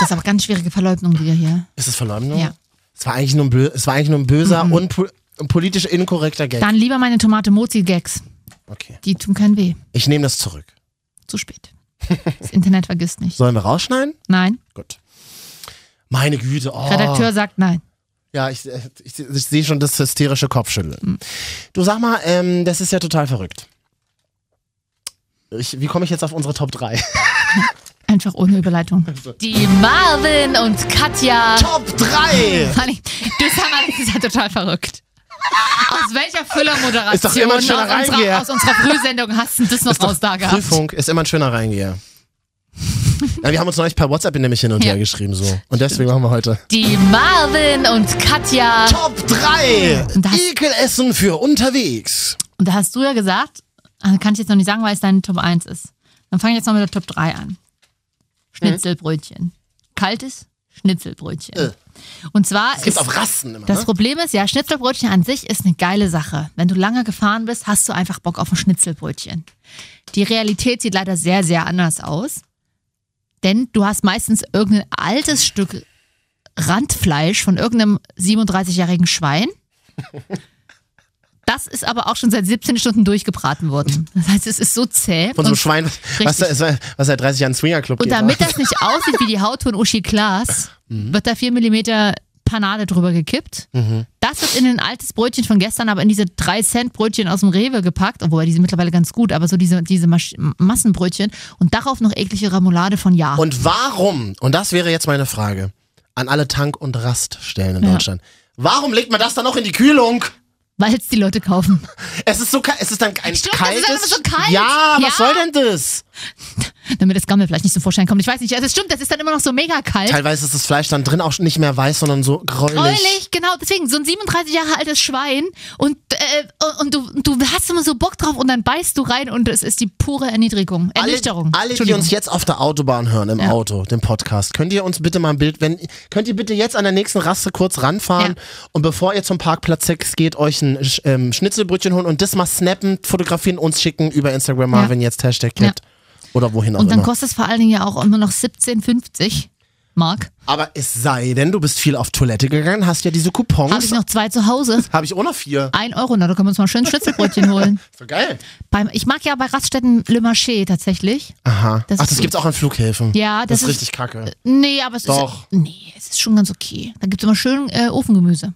S2: Das ist aber ganz schwierige Verleugnung wieder hier.
S1: ist es Verleumdung?
S2: Ja. Mhm.
S1: Es war eigentlich nur ein, blö es war eigentlich nur ein böser und po politisch inkorrekter Gag.
S2: Dann lieber meine Tomate Mozi Gags.
S1: Okay.
S2: Die tun keinen weh.
S1: Ich nehme das zurück.
S2: Zu spät. Das Internet vergisst nicht.
S1: Sollen wir rausschneiden?
S2: Nein.
S1: Gut. Meine Güte. Oh.
S2: Redakteur sagt nein.
S1: Ja, ich, äh, ich, ich sehe schon das hysterische Kopfschütteln.
S2: Mhm.
S1: Du sag mal, ähm, das ist ja total verrückt. Ich, wie komme ich jetzt auf unsere Top 3?
S2: Einfach ohne Überleitung. Die Marvin und Katja.
S1: Top 3!
S2: Fand ich- Du sag mal, das ist ja total verrückt. Aus welcher Füllermoderation
S1: Ist doch immer ein schöner
S2: aus,
S1: Reingeher.
S2: unserer, aus unserer Frühsendung hast du das noch raus da gehabt?
S1: Prüfung ist immer ein schöner
S2: (laughs)
S1: Reingeher. Ja, wir haben uns neulich per WhatsApp nämlich hin und
S2: Ja.
S1: her geschrieben so. Und deswegen machen wir heute
S2: Die Marvin und Katja.
S1: Top 3
S2: Und das-
S1: Ekelessen für unterwegs.
S2: Und da hast du ja gesagt, ah, kann ich jetzt noch nicht sagen, weil es deine Top 1 ist. Dann fange ich jetzt noch mit der Top 3
S1: Mhm.
S2: an. Schnitzelbrötchen. Kaltes Schnitzelbrötchen.
S1: Äh.
S2: Und zwar
S1: Es
S2: ist
S1: gibt auf Rasten immer,
S2: das
S1: ne?
S2: Problem ist, ja, Schnitzelbrötchen an sich ist eine geile Sache. Wenn du lange gefahren bist, hast du einfach Bock auf ein Schnitzelbrötchen. Die Realität sieht leider sehr, sehr anders aus. Denn du hast meistens irgendein altes Stück Randfleisch von irgendeinem 37-jährigen Schwein. Das ist aber auch schon seit 17 Stunden durchgebraten worden. Das heißt, es ist so zäh.
S1: Von so einem
S2: Und-
S1: Schwein, was, da,
S2: Richtig.
S1: ist, was seit 30 Jahren Swingerclub
S2: und
S1: geht.
S2: damit
S1: ne?
S2: das nicht aussieht wie die Haut von Uschi Klaas,
S1: Mhm.
S2: wird da 4 mm Panade drüber gekippt. Das wird in ein altes Brötchen von gestern, aber in diese 3-Cent-Brötchen aus dem Rewe gepackt, obwohl die sind mittlerweile ganz gut, aber so diese, diese Masch Massenbrötchen und darauf noch eklige Remoulade von Ja.
S1: Und warum, und das wäre jetzt meine Frage, an alle Tank- und Raststellen in
S2: Ja.
S1: Deutschland, warum legt man das dann noch in die Kühlung?
S2: Weil es die Leute kaufen. (laughs)
S1: Es ist so kalt, es ist dann ein
S2: Stimmt, das
S1: kaltes...
S2: ist einfach so kalt.
S1: Ja,
S2: Ja.
S1: was soll denn das?
S2: Damit das Gammelfleisch nicht zum Vorschein kommt. Ich weiß nicht, also es stimmt, das ist dann immer noch so mega kalt.
S1: Teilweise ist das Fleisch dann drin auch nicht mehr weiß, sondern so gräulich.
S2: Neulich, genau, deswegen, so ein 37 Jahre altes Schwein und, äh, und du, du hast immer so Bock drauf und dann beißt du rein und es ist die pure Erniedrigung.
S1: Alle,
S2: Ernüchterung.
S1: alle, die
S2: Entschuldigung.
S1: uns jetzt auf der Autobahn hören, im
S2: Ja.
S1: Auto, den Podcast, könnt ihr uns bitte mal ein Bild, wenn, könnt ihr bitte jetzt an der nächsten Raste kurz ranfahren und bevor ihr zum Parkplatz 6 geht, euch ein Sch- ähm, Schnitzelbrötchen holen und das mal snappen, fotografieren, uns schicken über Instagram Marvin jetzt Hashtag Cat oder wohin auch
S2: Und dann
S1: immer.
S2: kostet es vor allen Dingen ja auch immer noch 17,50 Mark.
S1: Aber es sei denn, du bist viel auf Toilette gegangen, hast ja diese Coupons.
S2: Habe ich noch zwei zu Hause.
S1: Hab ich auch noch vier.
S2: Ein Euro, na, da können wir uns mal schön
S1: (laughs)
S2: Schnitzelbrötchen holen.
S1: So geil.
S2: Beim, ich mag ja bei Raststätten Le Marché tatsächlich.
S1: Aha.
S2: Das
S1: Ach,
S2: ist
S1: das
S2: gut.
S1: gibt's auch an Flughäfen.
S2: Ja,
S1: das,
S2: das
S1: ist
S2: ist-
S1: richtig kacke.
S2: Nee, aber es
S1: Doch.
S2: ist. Nee, es ist schon ganz okay. Da gibt es immer schön äh, Ofengemüse.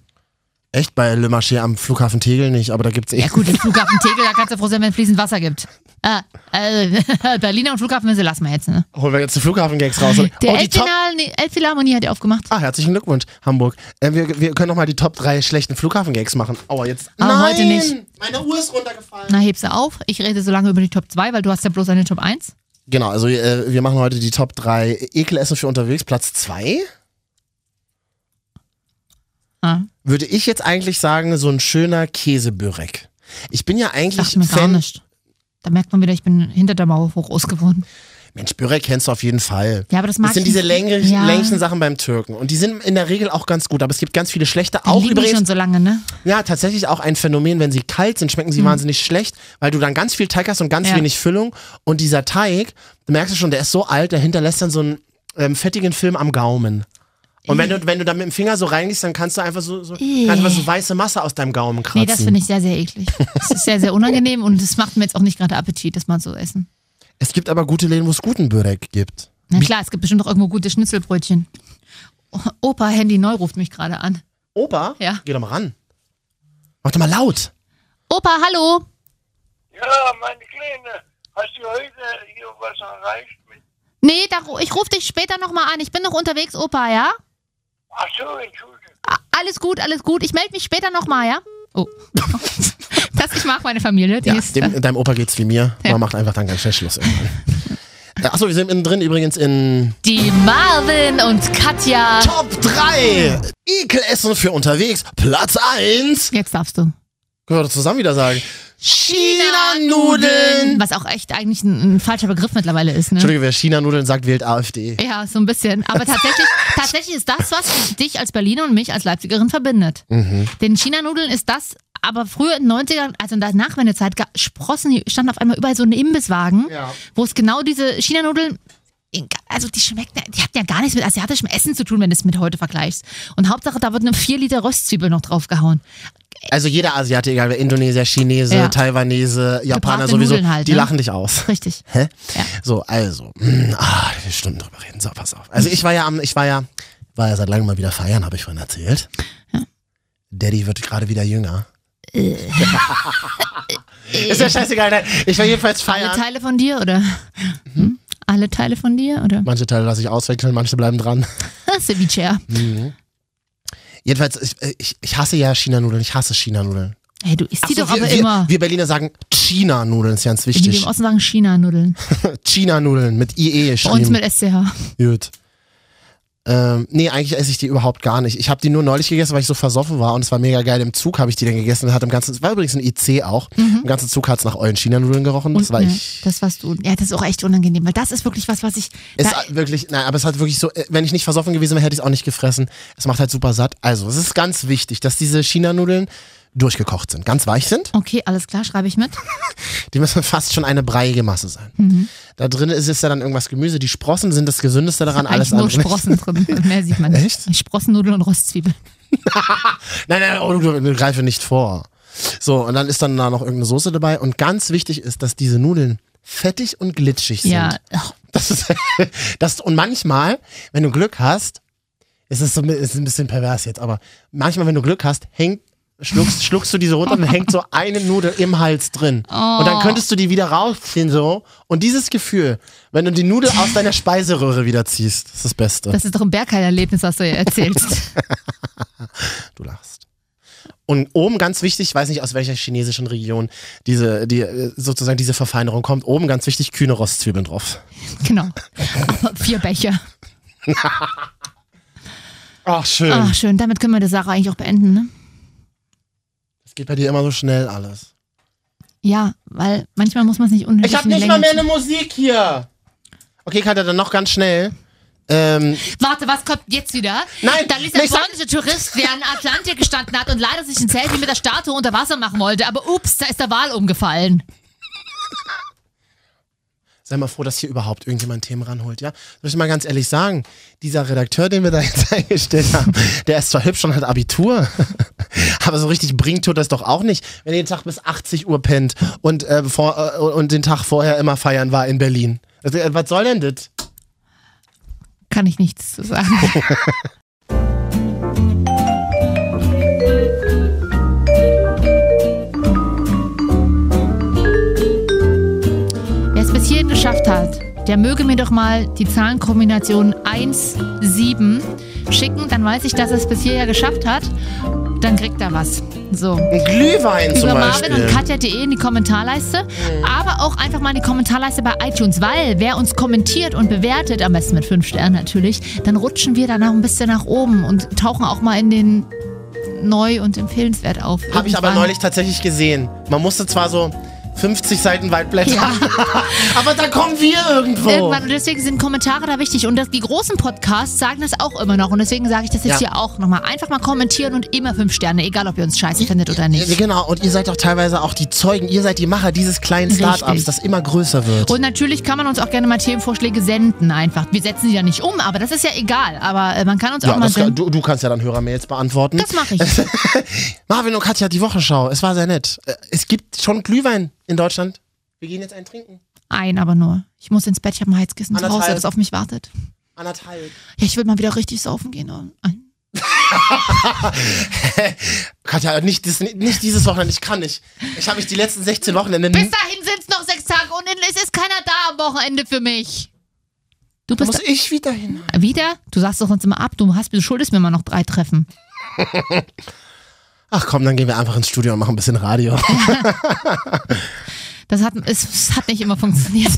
S1: Echt bei Le Marché am Flughafen Tegel nicht, aber da gibt's eh.
S2: Ja, gut, im
S1: (laughs)
S2: Flughafen Tegel, da kannst du froh sein, wenn fließend Wasser gibt. Äh, äh, (laughs) Berliner und Flughafenmüsse lassen wir jetzt, ne?
S1: Holen wir jetzt die Flughafen-Gags raus. Und,
S2: Der
S1: oh, die Top
S2: Elbphilharmonie Elbphilharmonie hat die aufgemacht.
S1: Ah, herzlichen Glückwunsch, Hamburg. Äh, wir, wir können noch mal die Top 3 schlechten Flughafen-Gags machen. Aua, jetzt.
S2: Aber
S1: Nein!
S2: Ah, heute nicht.
S1: Meine Uhr ist runtergefallen.
S2: Na, heb sie auf. Ich rede so lange über die Top 2, weil du hast ja bloß eine Top 1.
S1: Genau, also äh, wir machen heute die Top 3 Ekelessen für unterwegs, Platz 2.
S2: Ah,
S1: Würde ich jetzt eigentlich sagen, so ein schöner Käsebörek. Ich bin ja eigentlich
S2: dachte mir gar
S1: Fan.
S2: nicht. Da merkt man wieder, ich bin hinter der Mauer hoch groß geworden.
S1: Mensch, Börek kennst du auf jeden Fall.
S2: Ja, aber das mag
S1: Das sind
S2: ich
S1: diese
S2: nicht.
S1: länglichen,
S2: Ja.
S1: länglichen Sachen beim Türken. Und die sind in der Regel auch ganz gut, aber es gibt ganz viele schlechte.
S2: Da
S1: auch
S2: liegen die
S1: übrigens.
S2: schon so lange, ne?
S1: Ja, tatsächlich auch ein Phänomen, wenn sie kalt sind, schmecken sie wahnsinnig schlecht, weil du dann ganz viel Teig hast und ganz
S2: Mhm. Ja.
S1: wenig Füllung. Und dieser Teig, du merkst es schon, der ist so alt, der hinterlässt dann so einen ähm, fettigen Film am Gaumen. Und wenn du, wenn du dann mit dem Finger so reingehst, dann kannst du einfach so, so, kannst einfach so weiße Masse aus deinem Gaumen kratzen.
S2: Nee, das finde ich sehr, sehr eklig. Das ist sehr, sehr unangenehm und das macht mir jetzt auch nicht gerade Appetit, das mal zu essen.
S1: es gibt aber gute Läden, wo es guten Börek gibt.
S2: Na klar, es gibt bestimmt auch irgendwo gute Schnitzelbrötchen. O- Opa Handy Neu ruft mich gerade an.
S1: Opa,
S2: Ja.
S1: geh doch mal ran. Mach doch mal laut.
S2: Opa, hallo!
S8: Ja, meine Kleine, hast du heute hier was erreicht? Mit
S2: Nee, da, ru- ich rufe dich später nochmal an. Ich bin noch unterwegs, Opa, ja?
S8: Ach so, entschuldige.
S2: A- Alles gut, alles gut. Ich melde mich später nochmal, ja? Oh. (laughs) das, ich mag meine Familie. Die
S1: Ja,
S2: ist,
S1: dem, deinem Opa geht's wie mir. Man macht einfach dann ganz schnell Schluss irgendwann. (laughs) Achso, wir sind innen drin übrigens in
S2: die Marvin und Katja.
S1: Top 3 Ekelessen für unterwegs. Platz 1.
S2: Jetzt darfst du.
S1: Können wir das zusammen wieder
S2: Mhm.
S1: sagen? China-Nudeln.
S2: Was auch echt eigentlich ein, ein falscher Begriff mittlerweile ist, ne?
S1: Entschuldige, wer China-Nudeln sagt, wählt AfD.
S2: Ja, so ein bisschen. Aber
S1: (laughs)
S2: tatsächlich, tatsächlich ist das, was dich als Berliner und mich als Leipzigerin verbindet.
S1: Mhm.
S2: Denn China-Nudeln ist das, aber früher in den 90ern, also in der Nachwendezeit, ga- sprossen, die- standen auf einmal überall so eine Imbisswagen, wo es genau diese China-Nudeln. in- Also die schmecken, die hatten ja gar nichts mit asiatischem Essen zu tun, wenn du es mit heute vergleichst. Und Hauptsache, da wird eine 4 Liter Röstzwiebel noch draufgehauen.
S1: Also jeder Asiate, egal wer, Indonesier, Chinese,
S2: Ja.
S1: Taiwanese, Japaner
S2: Gebratene
S1: sowieso,
S2: Nudeln halt,
S1: die
S2: ne?
S1: lachen dich aus. (laughs)
S2: Richtig.
S1: Hä?
S2: Ja.
S1: So, also. mm, Ah, wir Stunden drüber reden. So, pass auf. Also ich war ja am, ich war ja, war ja seit langem mal wieder feiern, habe ich vorhin erzählt. Daddy wird gerade wieder jünger.
S2: Äh.
S1: (laughs) Ist ja scheißegal, nein. Ich war jedenfalls
S2: Alle
S1: feiern. Mhm.
S2: Teile von dir, oder? Hm? Alle Teile von dir, oder?
S1: Manche Teile lasse ich auswechseln, manche bleiben dran.
S2: (laughs) Ceviche.
S1: Jedenfalls, ich, ich, ich hasse ja China-Nudeln. Ich hasse China-Nudeln.
S2: Hey, du isst die
S1: Ach so,
S2: doch
S1: wir,
S2: aber
S1: wir,
S2: immer.
S1: Wir Berliner sagen China-Nudeln, ist ganz
S2: die, die im
S1: wichtig.
S2: Osten sagen China-Nudeln.
S1: China-Nudeln mit IE
S2: Bei uns
S1: geschrieben.
S2: mit SCH.
S1: Gut. Ähm, nee, eigentlich esse ich die überhaupt gar nicht. Ich habe die nur neulich gegessen, weil ich so versoffen war und es war mega geil. Im Zug habe ich die dann gegessen. Hat im ganzen, es war übrigens ein IC auch. Im ganzen Zug hat's nach euren China-Nudeln gerochen. Das
S2: Mhm. Und,
S1: war
S2: ne,
S1: ich.
S2: Das warst du. Ja, das ist auch echt unangenehm, weil das ist wirklich was, was ich.
S1: Es
S2: da,
S1: hat wirklich, nein, aber es hat wirklich so, äh, wenn ich nicht versoffen gewesen wäre, hätte ich es auch nicht gefressen. Es macht halt super satt. Also, es ist ganz wichtig, dass diese China-Nudeln durchgekocht sind, ganz weich sind.
S2: okay, alles klar,
S1: (laughs)
S2: schreibe ich mit.
S1: Die müssen fast schon eine breiige Masse sein.
S2: Mhm.
S1: Da drin ist es ja dann irgendwas Gemüse. Die Sprossen sind das Gesündeste daran, alles
S2: Eigentlich nur
S1: andere.
S2: Sprossen drin. Mehr sieht man nicht. Echt? Sprossennudeln und Rostzwiebeln.
S1: (laughs) Nein, nein, oh, du, du greife nicht vor. So, und dann ist dann da noch irgendeine Soße dabei. Und ganz wichtig ist, dass diese Nudeln fettig und glitschig sind.
S2: Ja, ach,
S1: Das ist, (laughs) das, und manchmal, wenn du Glück hast, ist es so, ist ein bisschen pervers jetzt, aber manchmal, wenn du Glück hast, hängt, schluckst, schluckst du diese runter und dann hängt so eine Nudel im Hals drin. Und
S2: Oh.
S1: dann könntest du die wieder rausziehen so. Und dieses Gefühl, wenn du die Nudel aus deiner Speiseröhre wieder ziehst, ist das Beste.
S2: das ist doch ein Bergheil-Erlebnis, was du ja
S1: (laughs)
S2: erzählst.
S1: du lachst. Und oben ganz wichtig, ich weiß nicht aus welcher chinesischen Region diese, die, äh, sozusagen diese Verfeinerung kommt, oben ganz wichtig, kühne Rostzwiebeln drauf.
S2: genau. Aber vier Becher.
S1: Ach, schön.
S2: Ach, Ah, schön. Damit können wir die Sache eigentlich auch beenden, ne?
S1: Das geht bei dir immer so schnell alles.
S2: Ja, weil manchmal muss man es nicht unnötig
S1: Ich habe
S2: in die
S1: nicht
S2: Länge
S1: mal mehr
S2: ziehen.
S1: eine Musik hier. Okay, Katja, dann noch ganz schnell. Ähm,
S2: Warte, was kommt jetzt wieder?
S1: Nein,
S2: der
S1: ich sag-
S2: lissabonnische Tourist, der in Atlantik gestanden hat und leider sich ein Selfie mit der Statue unter Wasser machen wollte, aber ups, da ist der Wal umgefallen.
S1: sei mal froh, dass hier überhaupt irgendjemand Themen ranholt, ja? Soll ich mal ganz ehrlich sagen, dieser Redakteur, den wir da jetzt (laughs) eingestellt haben, der ist zwar hübsch und hat Abitur, (laughs) aber so richtig bringt tut das doch auch nicht, wenn ihr den Tag bis 80 Uhr pennt und, äh, vor, äh, und den Tag vorher immer feiern war in Berlin. Also, äh, Was soll denn das?
S2: Kann ich nichts zu sagen. Wer es bis hierhin geschafft hat, der möge mir doch mal die Zahlenkombination 1, 7 schicken, dann weiß ich, dass er es bis hierher geschafft hat. Dann kriegt er was. So.
S1: Ein Glühwein zum
S2: Über
S1: Beispiel. Mhm.
S2: Marvin und Katja.de in die Kommentarleiste, aber auch einfach mal in die Kommentarleiste bei iTunes, weil wer uns kommentiert und bewertet, am besten mit 5 Sternen natürlich, dann rutschen wir danach ein bisschen nach oben und tauchen auch mal in den neu und empfehlenswert auf.
S1: Habe ich aber
S2: Irgendwann.
S1: neulich tatsächlich gesehen. Man musste zwar so 50 Seiten weit blättern,
S2: Ja.
S1: (laughs) aber da kommen wir irgendwo.
S2: Irgendwann. Und deswegen sind Kommentare da wichtig. Und das, die großen Podcasts sagen das auch immer noch. Und deswegen sage ich das jetzt
S1: Ja.
S2: hier auch nochmal. Einfach mal kommentieren und immer fünf Sterne, egal ob ihr uns scheiße findet oder
S1: Ja,
S2: nicht.
S1: Genau, und ihr seid auch teilweise auch die Zeugen, ihr seid die Macher dieses kleinen
S2: Richtig.
S1: Startups, das immer größer wird.
S2: Und natürlich kann man uns auch gerne mal Themenvorschläge senden einfach. Wir setzen sie ja nicht um, aber das ist ja egal. Aber äh, man kann uns auch
S1: ja,
S2: mal
S1: das kann,
S2: senden.
S1: du, du kannst ja dann Hörermails beantworten.
S2: Das mache ich.
S1: Marvin und Katja, die Wochenschau, es war sehr nett. Äh, Es gibt schon Glühwein in Deutschland. Wir gehen jetzt einen trinken.
S2: Ein aber nur. Ich muss ins Bett, ich habe ein Heizkissen
S1: Anderthalb.
S2: draußen, das auf mich wartet. (laughs)
S1: Anderthalb.
S2: Ja, ich will mal wieder richtig saufen gehen. oh.
S1: Hm.
S2: Ein.
S1: Katja, nicht, dies, nicht dieses Wochenende, ich kann nicht. Ich habe mich die letzten 16 Wochenende...
S2: Bis dahin sind es noch sechs Tage und es ist keiner da am Wochenende für mich. Du bist
S1: muss ich wieder hin.
S2: wieder? Du sagst doch sonst immer ab, du hast du schuldest mir mal noch drei Treffen.
S1: Ach komm, dann gehen wir einfach ins Studio und machen ein bisschen Radio.
S2: Das hat, es, es hat nicht immer funktioniert.